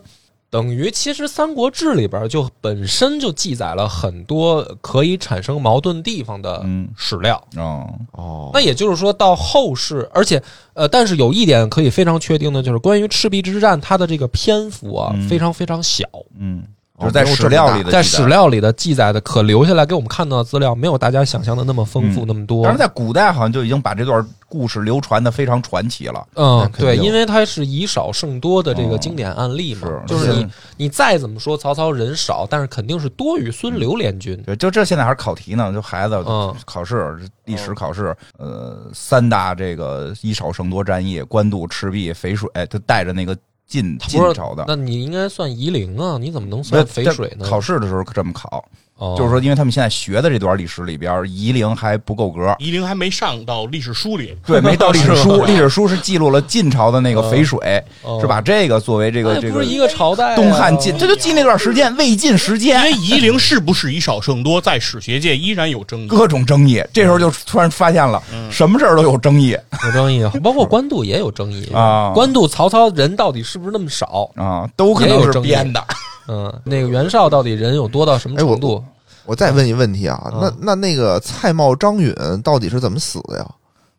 Speaker 2: 等于其实《三国志》里边就本身就记载了很多可以产生矛盾地方的
Speaker 1: 嗯
Speaker 2: 史料，
Speaker 1: 哦，
Speaker 4: 哦
Speaker 2: 那也就是说，到后世，而且呃，但是有一点可以非常确定的就是，关于赤壁之战，它的这个篇幅啊，
Speaker 1: 嗯
Speaker 2: 非常非常小，
Speaker 1: 嗯，
Speaker 4: 哦
Speaker 1: 就是在史料里的记载，
Speaker 2: 在史料里的记载的可留下来给我们看到的资料，没有大家想象的那么丰富、
Speaker 1: 嗯
Speaker 2: 那么多
Speaker 1: 当。然在古代好像就已经把这段故事流传的非常传奇了，
Speaker 2: 嗯，
Speaker 1: 肯定
Speaker 2: 对，因为它是以少胜多的这
Speaker 1: 哦
Speaker 2: 个经典案例嘛，
Speaker 1: 是
Speaker 2: 就是
Speaker 1: 哦是
Speaker 2: 你你再怎么说曹操人少，但是肯定是多于孙刘联军。
Speaker 1: 对，就这现在还是考题呢，就孩子
Speaker 2: 嗯
Speaker 1: 考试、历史考试，呃，三大这个以少胜多战役，官渡、赤壁、淝水，哎，他带着那个晋
Speaker 2: 他
Speaker 1: 晋
Speaker 2: 不是
Speaker 1: 朝的，
Speaker 2: 那你应该算夷陵啊，你怎么能算
Speaker 1: 不是
Speaker 2: 淝水呢？
Speaker 1: 这考试的时候这么考，
Speaker 2: 哦
Speaker 1: 就是说，因为他们现在学的这段历史里边，夷陵还不够 格。
Speaker 3: 夷陵还没上到历史书里，
Speaker 1: 对，没到历史
Speaker 3: 是
Speaker 1: 书，
Speaker 3: 吧
Speaker 1: 历史书是记录了晋朝的那个淝水，
Speaker 2: 哦
Speaker 1: 是把这个作为这
Speaker 2: 那
Speaker 1: 个
Speaker 2: 也
Speaker 1: 这
Speaker 2: 哎不
Speaker 1: 个
Speaker 2: 是一个朝代啊、
Speaker 1: 东汉晋，这就记那段时间，魏晋时
Speaker 3: 因
Speaker 1: 间
Speaker 3: 为夷陵是不是以少胜多，在史学界依然 有争议。
Speaker 1: 各种争
Speaker 2: 嗯
Speaker 1: 议。这时候就突然发现了，什么事儿都有争议
Speaker 2: 有争议，啊包括官渡也有争议
Speaker 1: 啊
Speaker 2: 官渡曹操人到底是不是那么少？
Speaker 1: 啊，都可
Speaker 2: 也有
Speaker 1: 能是
Speaker 2: 争议
Speaker 1: 编的。
Speaker 2: 嗯，那个袁绍到底人有多到什么
Speaker 4: 哎我
Speaker 2: 程度？
Speaker 4: 我再问一问题啊，
Speaker 2: 嗯
Speaker 4: 那那那个蔡瑁、张允到底是怎么死的呀？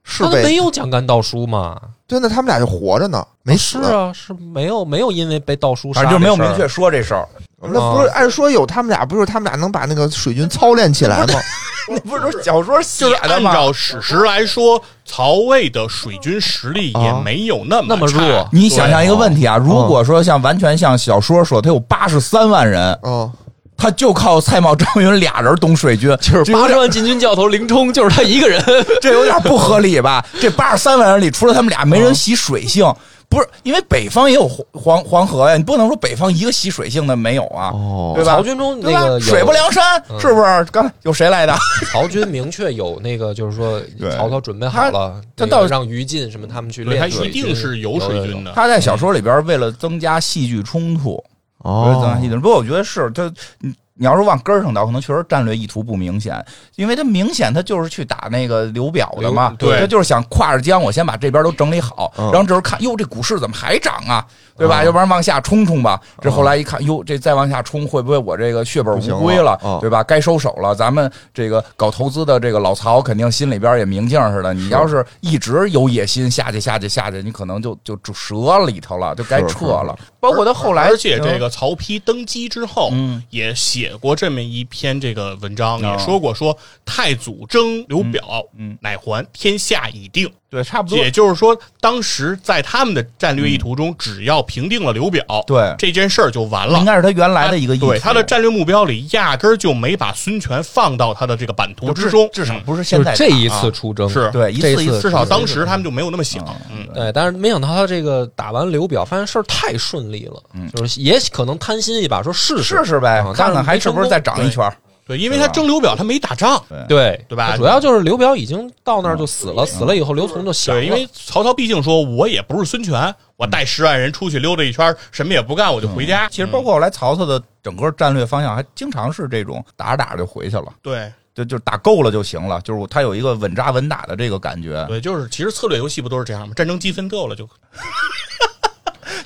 Speaker 4: 是
Speaker 2: 他们没
Speaker 4: 被
Speaker 2: 有讲干盗书嘛？
Speaker 4: 对，那他们俩就活着呢，没死
Speaker 2: 是。啊，是没有没有因为被盗书杀
Speaker 1: 反
Speaker 2: 这
Speaker 1: 正
Speaker 2: 事儿，
Speaker 1: 就没有明确说这事儿，
Speaker 4: 那不是按说有他们俩，不是他们俩能把那个水军操练起来吗？
Speaker 1: 那不是都是小说写
Speaker 3: 就是
Speaker 1: 的
Speaker 3: 按
Speaker 1: 吗？
Speaker 3: 照史实来说，曹魏的水军实力也
Speaker 1: 哦
Speaker 3: 没有那
Speaker 2: 那么
Speaker 3: 差
Speaker 2: 弱。
Speaker 1: 你想象一个问题啊，如果说像完全像小说说，他有八十三万人，
Speaker 4: 嗯，
Speaker 1: 他就靠蔡瑁、张允俩人懂水军，
Speaker 2: 就是
Speaker 1: 这
Speaker 2: 八
Speaker 1: 有
Speaker 2: 十
Speaker 1: 点
Speaker 2: 万禁军教头林冲就是他一个人，
Speaker 1: 这有点不合理吧？这八十三万人里，除了他们俩，没人
Speaker 2: 嗯
Speaker 1: 习水性。不是因为北方也有黄黄黄河呀，你不能说北方一个习水性的没有啊，
Speaker 4: 哦
Speaker 1: 对吧
Speaker 2: 曹？军中
Speaker 1: 对
Speaker 2: 那
Speaker 1: 吧？
Speaker 2: 个有
Speaker 1: 水泊梁山
Speaker 2: 嗯
Speaker 1: 是不是？刚才有谁来的？
Speaker 2: 曹军明确有那个，就是说
Speaker 1: 对
Speaker 2: 曹操准备好了，
Speaker 1: 他
Speaker 2: 那个
Speaker 1: 到
Speaker 2: 让于禁什么他们去
Speaker 3: 对，
Speaker 2: 练
Speaker 3: 他
Speaker 2: 水
Speaker 3: 一
Speaker 2: 军，
Speaker 3: 定是有水军
Speaker 2: 的。
Speaker 3: 的。
Speaker 1: 他在小说里边为了增加戏剧冲突，我觉得增加
Speaker 4: 哦
Speaker 1: 戏，剧。不过我觉得是他，你你要是往根儿上倒，可能确实战略意图不明显，因为他明显他就是去打那个刘表的嘛，
Speaker 3: 刘对
Speaker 1: 他就是想跨着江，我先把这边都整理好，
Speaker 4: 嗯
Speaker 1: 然后这时候看，哟，这股市怎么还涨啊？对吧？
Speaker 4: 嗯
Speaker 1: 要不然往下冲冲吧。这后来一看，哟，这再往下冲，会不会我这个血本
Speaker 4: 不行
Speaker 1: 无归
Speaker 4: 了
Speaker 1: 了
Speaker 4: 嗯，
Speaker 1: 对吧？该收手了。咱们这个搞投资的这个老曹，肯定心里边也明镜似的。你要是一直有野心，下去下去下去，你可能就就就折里头了，就该
Speaker 4: 是
Speaker 1: 撤了。包括他后来，
Speaker 3: 而且这个曹丕登基之后，
Speaker 1: 嗯
Speaker 3: 也写过这么一篇这个文章，
Speaker 1: 哦
Speaker 3: 也说过说太祖征刘表，
Speaker 1: 嗯
Speaker 3: 乃还天下已定。
Speaker 1: 对，差不多。
Speaker 3: 也就是说，当时在他们的战略意图中，只要平定了刘表，
Speaker 1: 对
Speaker 3: 这件事儿就完
Speaker 1: 应
Speaker 3: 了。
Speaker 1: 该是他原来的一个意图
Speaker 3: 对他的战略目标里，压根儿就没把孙权放到他的这个版图
Speaker 1: 就
Speaker 3: 之中，
Speaker 1: 至少
Speaker 3: 嗯
Speaker 1: 不是现
Speaker 2: 就是
Speaker 1: 在
Speaker 2: 这一
Speaker 1: 打啊
Speaker 2: 次出征，
Speaker 3: 是
Speaker 1: 对一
Speaker 2: 这
Speaker 1: 次一次
Speaker 2: 次
Speaker 3: 至少当时他们就没有那么想
Speaker 1: 嗯。
Speaker 3: 嗯，
Speaker 2: 对，但是没想到他这个打完刘表，发现事儿太顺利了，就是也可能贪心一把，说试
Speaker 1: 嗯试试呗
Speaker 2: 啊，
Speaker 1: 看看
Speaker 2: 但没
Speaker 1: 还是
Speaker 2: 成
Speaker 1: 不是
Speaker 2: 功
Speaker 1: 再长一圈儿。
Speaker 3: 对，因为他征刘表，他没打仗。
Speaker 2: 对
Speaker 3: 对吧
Speaker 2: 他主要就是刘表已经到那儿就死
Speaker 1: 嗯
Speaker 2: 了，死了以后刘琮就降了，
Speaker 3: 对，因为曹操毕竟说，我也不是孙权，我带十万人出去溜达一圈，什么也不干，我就回家。
Speaker 1: 嗯其实包括后来曹操的整个战略方向，还经常是这种打着打着就回去了。
Speaker 3: 嗯对
Speaker 1: 就就打够了就行了，就是我他有一个稳扎稳打的这个感觉，
Speaker 3: 对，就是其实策略游戏不都是这样吗？战争积分够了就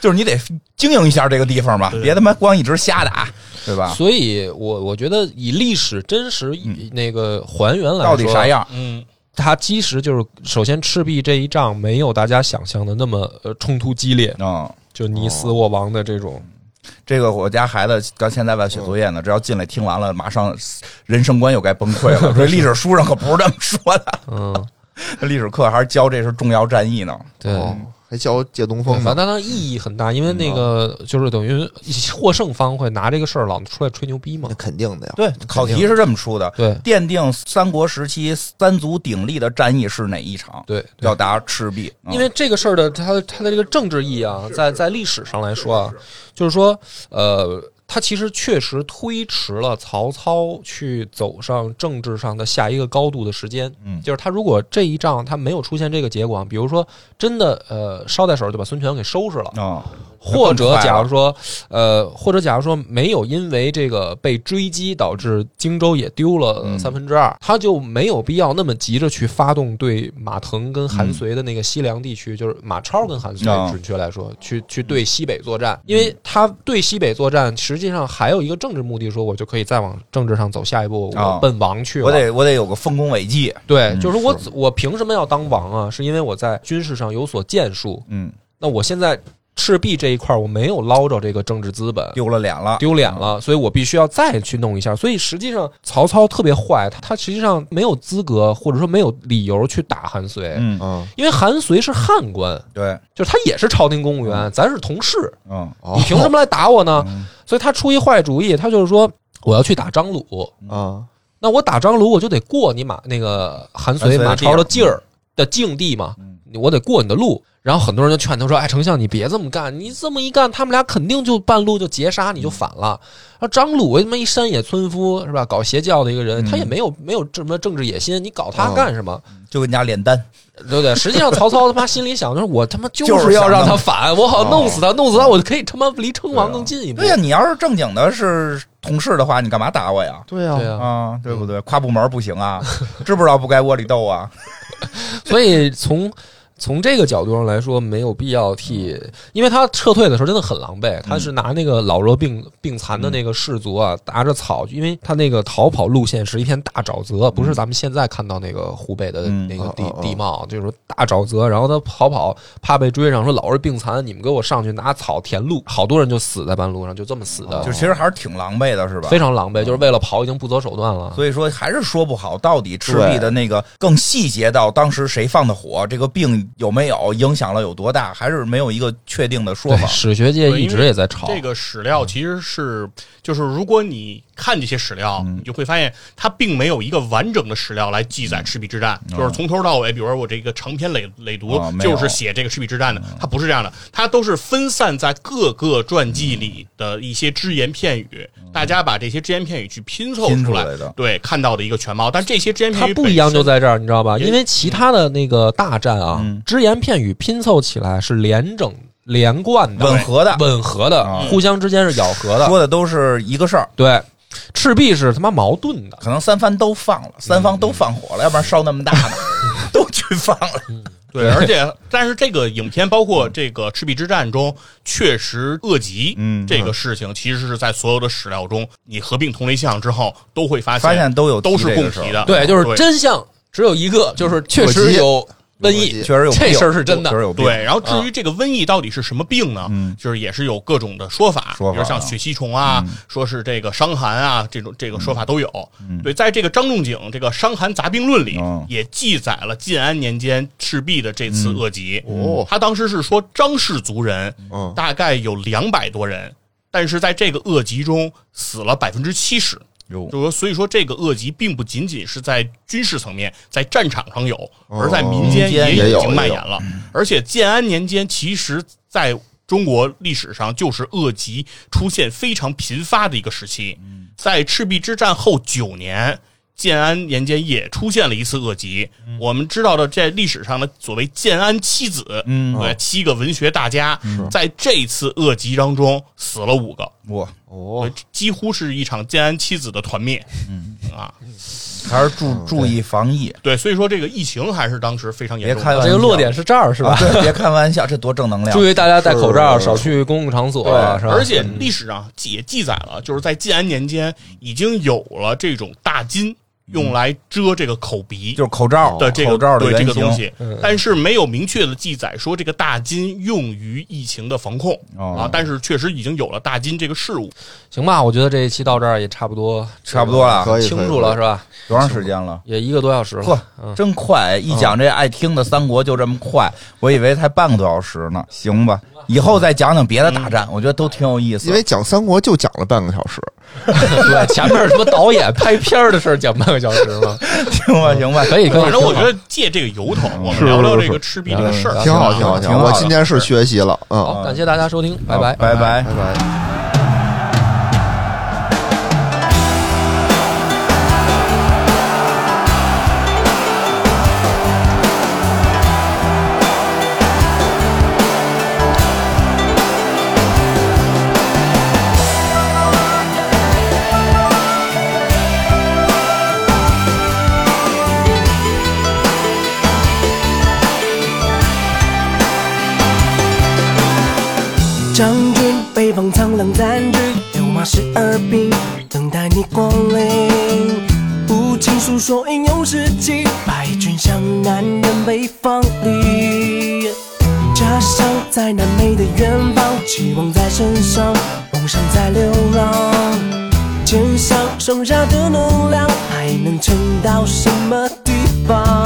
Speaker 1: 就是你得经营一下这个地方吧，
Speaker 3: 对
Speaker 1: 别他妈光一直瞎打，对吧？
Speaker 2: 所以我我觉得以历史真实以那个还原来说，
Speaker 1: 到底啥？样？
Speaker 3: 嗯，
Speaker 2: 它其实就是首先赤壁这一仗没有大家想象的那么呃冲突激烈，
Speaker 1: 嗯，
Speaker 2: 就你死我亡的这种。
Speaker 1: 这个我家孩子刚现在在写作业呢，只要进来听完了，马上人生观又该崩溃了。说历史书上可不是这么说的，
Speaker 2: 嗯，
Speaker 1: 历史课还是教这是重要战役呢。
Speaker 2: 对。
Speaker 4: 哦，还教借东
Speaker 2: 对
Speaker 4: 风
Speaker 2: 反
Speaker 4: 呢。
Speaker 2: 正它意义很大，因为那个
Speaker 1: 哦
Speaker 2: 就是等于获胜方会拿这个事儿老出来吹牛逼嘛
Speaker 4: 那。肯定的呀，
Speaker 1: 对，考题是这么出的，
Speaker 2: 对
Speaker 1: 奠定三国时期三足鼎立的战役是哪一场？
Speaker 2: 对，
Speaker 1: 要答赤壁，嗯
Speaker 2: 因为这个事儿的它它的这个政治意义啊，在在历史上来说啊，就是说呃，他其实确实推迟了曹操去走上政治上的下一个高度的时间。
Speaker 1: 嗯
Speaker 2: 就是他如果这一仗他没有出现这个结果，啊比如说真的呃捎带手就把孙权给收拾了，
Speaker 1: 啊，
Speaker 2: 或
Speaker 1: 更
Speaker 2: 者
Speaker 1: 快了
Speaker 2: 假如说呃，或者假如说没有因为这个被追击导致荆州也丢了
Speaker 1: 嗯
Speaker 2: 三分之二，他就没有必要那么急着去发动对马腾跟韩
Speaker 1: 嗯
Speaker 2: 遂的那个西凉地区，就是马超跟韩遂
Speaker 1: 啊
Speaker 2: 准确来说，去去对西北作战，因为他对西北作战实际上还有一个政治目的，说我就可以再往政治上走下一步，
Speaker 1: 啊
Speaker 2: 我奔王去了。
Speaker 1: 我得我得有个丰功伟绩，
Speaker 2: 对，
Speaker 1: 嗯
Speaker 2: 就是说我
Speaker 1: 是
Speaker 2: 我凭什么要当王啊？是因为我在军事上有所建树，
Speaker 1: 嗯，
Speaker 2: 那我现在赤壁这一块儿我没有捞着这个政治资本，
Speaker 1: 丢了脸了，
Speaker 2: 丢脸了，所以我必须要再去弄一下。所以实际上曹操特别坏，他他实际上没有资格或者说没有理由去打韩遂，
Speaker 1: 嗯，
Speaker 4: 嗯，
Speaker 2: 因为韩遂是汉官，
Speaker 1: 对，
Speaker 2: 就是他也是朝廷公务员，咱是同事，
Speaker 1: 嗯
Speaker 4: 哦
Speaker 2: 你凭什么来打我呢？
Speaker 1: 嗯
Speaker 2: 所以他出一坏主意，他就是说我要去打张鲁，
Speaker 4: 啊？
Speaker 2: 那我打张鲁我就得过你马那个韩
Speaker 1: 韩
Speaker 2: 遂
Speaker 1: 遂的
Speaker 2: 马
Speaker 1: 地儿
Speaker 2: 超的劲儿的境地嘛，
Speaker 1: 嗯
Speaker 2: 我得过你的路。然后很多人就劝他说：“哎，丞相，你别这么干，你这么一干，他们俩肯定就半路就截杀，
Speaker 1: 嗯
Speaker 2: 你就反了。”然后张鲁他妈一山野村夫是吧？搞邪教的一个人，他也
Speaker 1: 嗯
Speaker 2: 没有没有什么政治野心，你搞
Speaker 1: 哦
Speaker 2: 他干什么？
Speaker 1: 就跟人家脸单，
Speaker 2: 对不对？实际上，曹操他妈心里想的是：我他妈就
Speaker 1: 就是
Speaker 2: 是要
Speaker 1: 想
Speaker 2: 让
Speaker 1: 弄哦
Speaker 2: 他反，我好弄死他，弄死他，我可以他妈离称王更近一步。
Speaker 1: 对呀，你要是正经的是同事的话，你干嘛打我呀？
Speaker 4: 对啊
Speaker 2: 对啊，
Speaker 1: 啊，对不对？跨部门不行啊， 知不知道不该窝里斗啊？
Speaker 2: 所以从从这个角度上来说，没有必要替，因为他撤退的时候真的很狼狈，他是拿那个老弱病病残的那个士卒啊，拿着草，因为他那个逃跑路线是一片大沼泽，不是咱们现在看到那个湖北的
Speaker 1: 嗯
Speaker 2: 那个
Speaker 4: 哦
Speaker 2: 地
Speaker 4: 哦哦
Speaker 2: 地貌，就是大沼泽。然后他逃跑，怕被追上，说老弱病残，你们给我上去拿草填路，好多人就死在半路上，就这么死的，
Speaker 1: 就其实还是挺狼狈的，是吧
Speaker 2: 嗯非？常狼狈，就是为了跑已经不择手段了。
Speaker 1: 所以说还是说不好到底赤壁的那个更细节到当时谁放的火，这个病有没有影响了有多大，还是没有一个确定的说
Speaker 2: 对，
Speaker 1: 法。
Speaker 2: 史学界
Speaker 3: 对
Speaker 2: 一
Speaker 3: 因为
Speaker 2: 直也在吵
Speaker 3: 这个史料其实是，就是如果你看这些史料，
Speaker 2: 嗯
Speaker 3: 你就会发现它并没有一个完整的史料来记
Speaker 2: 嗯
Speaker 3: 载赤壁之战，就是从头到尾，比如说我这个长篇累累读
Speaker 1: 啊，没有
Speaker 3: 就是写这个赤壁之战的，
Speaker 2: 嗯
Speaker 3: 它不是这样的，它都是分散在各个传记
Speaker 2: 嗯
Speaker 3: 里的一些只言片语，大家把这些只言片语去拼凑
Speaker 1: 拼
Speaker 3: 出
Speaker 1: 出来的
Speaker 3: 对，看到的一个全貌。但这些只言
Speaker 2: 它
Speaker 3: 片语
Speaker 2: 不一样
Speaker 3: 本身
Speaker 2: 就在这儿，你知道吧？
Speaker 3: 也
Speaker 2: 因为其他的那个大战啊，只言片语拼凑起来是连整、连贯的、
Speaker 1: 吻合的嗯
Speaker 2: 吻合的，
Speaker 1: 啊
Speaker 2: 互相之间是咬合的。
Speaker 1: 说的都是一个事儿，
Speaker 2: 对，赤壁是他妈矛盾的。
Speaker 1: 可能三番都放
Speaker 2: 嗯
Speaker 1: 了，三方都放火了，要不然烧那么大 呢，都去放了。
Speaker 3: 对，而且但是这个影片包括这个赤壁之战中，确实恶疾，
Speaker 1: 嗯
Speaker 3: 这个事情其实是在所有的史料中，你合并同类项之后，都会发现
Speaker 1: 发现都有提
Speaker 3: 都是
Speaker 1: 这
Speaker 3: 共
Speaker 1: 个事儿
Speaker 3: 提的，
Speaker 2: 对，就是真相只有一个，就是确
Speaker 4: 我
Speaker 2: 实
Speaker 4: 急
Speaker 2: 有瘟
Speaker 4: 我
Speaker 2: 疫
Speaker 4: 急，
Speaker 1: 确实有病
Speaker 2: 这事儿是真的
Speaker 1: 确实有病。
Speaker 3: 对，然后至于这个瘟疫到底是什么病呢？
Speaker 1: 嗯
Speaker 3: 就是也是有各种的说法，
Speaker 1: 说法嗯
Speaker 3: 比如像血吸虫啊，说是这个伤寒啊，这种这个说法都有。对，在这个张仲景这个《伤寒杂病论》里
Speaker 1: 嗯，
Speaker 3: 也记载了晋安年间赤壁的这次恶疾。
Speaker 4: 哦
Speaker 3: 他当时是说张氏族人
Speaker 4: 嗯
Speaker 3: 大概有两百多人，但是在这个恶疾中死了百分之七十。
Speaker 1: 哟，
Speaker 3: 就是说，所以说这个恶疾并不仅仅是在军事层面，在战场上有，而在民间
Speaker 1: 民间
Speaker 4: 也
Speaker 3: 也已
Speaker 4: 有
Speaker 3: 经蔓延了。而且建安年间，其实在中国历史上就是恶疾出现非常频发的一个时期。在赤壁之战后九年，建安年间也出现了一次恶疾。我们知道的，在历史上的所谓建安七子，
Speaker 1: 嗯
Speaker 3: 对，七个文学大家，在这次恶疾当中死了五个。
Speaker 1: 我
Speaker 4: 哦，
Speaker 3: 几乎是一场建安七子的团灭，嗯啊，
Speaker 1: 还是
Speaker 2: 嗯
Speaker 1: 注注意防疫，
Speaker 3: 对，所以说这个疫情还是当时非常严
Speaker 1: 别
Speaker 3: 重
Speaker 1: 开
Speaker 3: 的。
Speaker 1: 玩
Speaker 2: 这
Speaker 1: 笑。
Speaker 2: 个落点是这儿，是
Speaker 1: 啊，
Speaker 2: 吧？
Speaker 1: 对，别开玩笑，这多正能量。
Speaker 2: 注意大家戴口罩，
Speaker 4: 是
Speaker 2: 少去公共场所，啊是吧？
Speaker 3: 而且
Speaker 1: 嗯
Speaker 3: 历史上也记载了，就是在建安年间已经有了这种大巾用来遮这个口鼻
Speaker 1: 嗯就是口罩
Speaker 3: 的这个
Speaker 1: 口罩的
Speaker 3: 对这
Speaker 1: 原
Speaker 3: 个
Speaker 1: 型
Speaker 3: 东西
Speaker 2: 嗯，
Speaker 3: 但是没有明确的记载说这个大巾用于疫情的防控
Speaker 1: 哦
Speaker 3: 啊，但是确实已经有了大巾这个事物。
Speaker 2: 行吧，我觉得这一期到这儿也差不多，
Speaker 1: 差不多了
Speaker 4: 可以
Speaker 2: 清楚了，
Speaker 4: 可以
Speaker 2: 是吧？
Speaker 1: 多长时间了？
Speaker 2: 也一个多小时了
Speaker 1: 呵。，
Speaker 3: 嗯
Speaker 1: 真快！一讲这爱听的三国就这么快，我以为才半个多小时呢。行吧，以后再讲讲别的大战，我觉得都挺有意思
Speaker 4: 因。为讲三国就讲了半个小时，
Speaker 2: 对，前面什么导演拍片儿的事儿讲半个小时了，
Speaker 1: 行吧，行吧，
Speaker 2: 可以，可以。
Speaker 3: 反正我
Speaker 2: 挺
Speaker 3: 觉
Speaker 2: 好
Speaker 3: 得借这个由头，
Speaker 1: 嗯
Speaker 3: 我们
Speaker 4: 是
Speaker 3: 聊聊
Speaker 4: 是
Speaker 3: 这
Speaker 4: 是
Speaker 3: 个赤壁这个事儿，
Speaker 4: 挺好，
Speaker 1: 行
Speaker 4: 挺好，
Speaker 1: 挺
Speaker 4: 好。
Speaker 1: 好
Speaker 4: 我
Speaker 1: 的
Speaker 4: 今天是学习了，嗯，
Speaker 2: 好，感谢大家收听，拜拜，
Speaker 1: 拜拜。
Speaker 4: 拜拜。
Speaker 5: 将军，北方苍狼占据，六马十二兵，等待你光临。无情诉说英勇事迹，百军向南人北方里。家乡在南美的远方，期望在身上，梦想在流浪。肩上剩下的能量，还能撑到什么地方？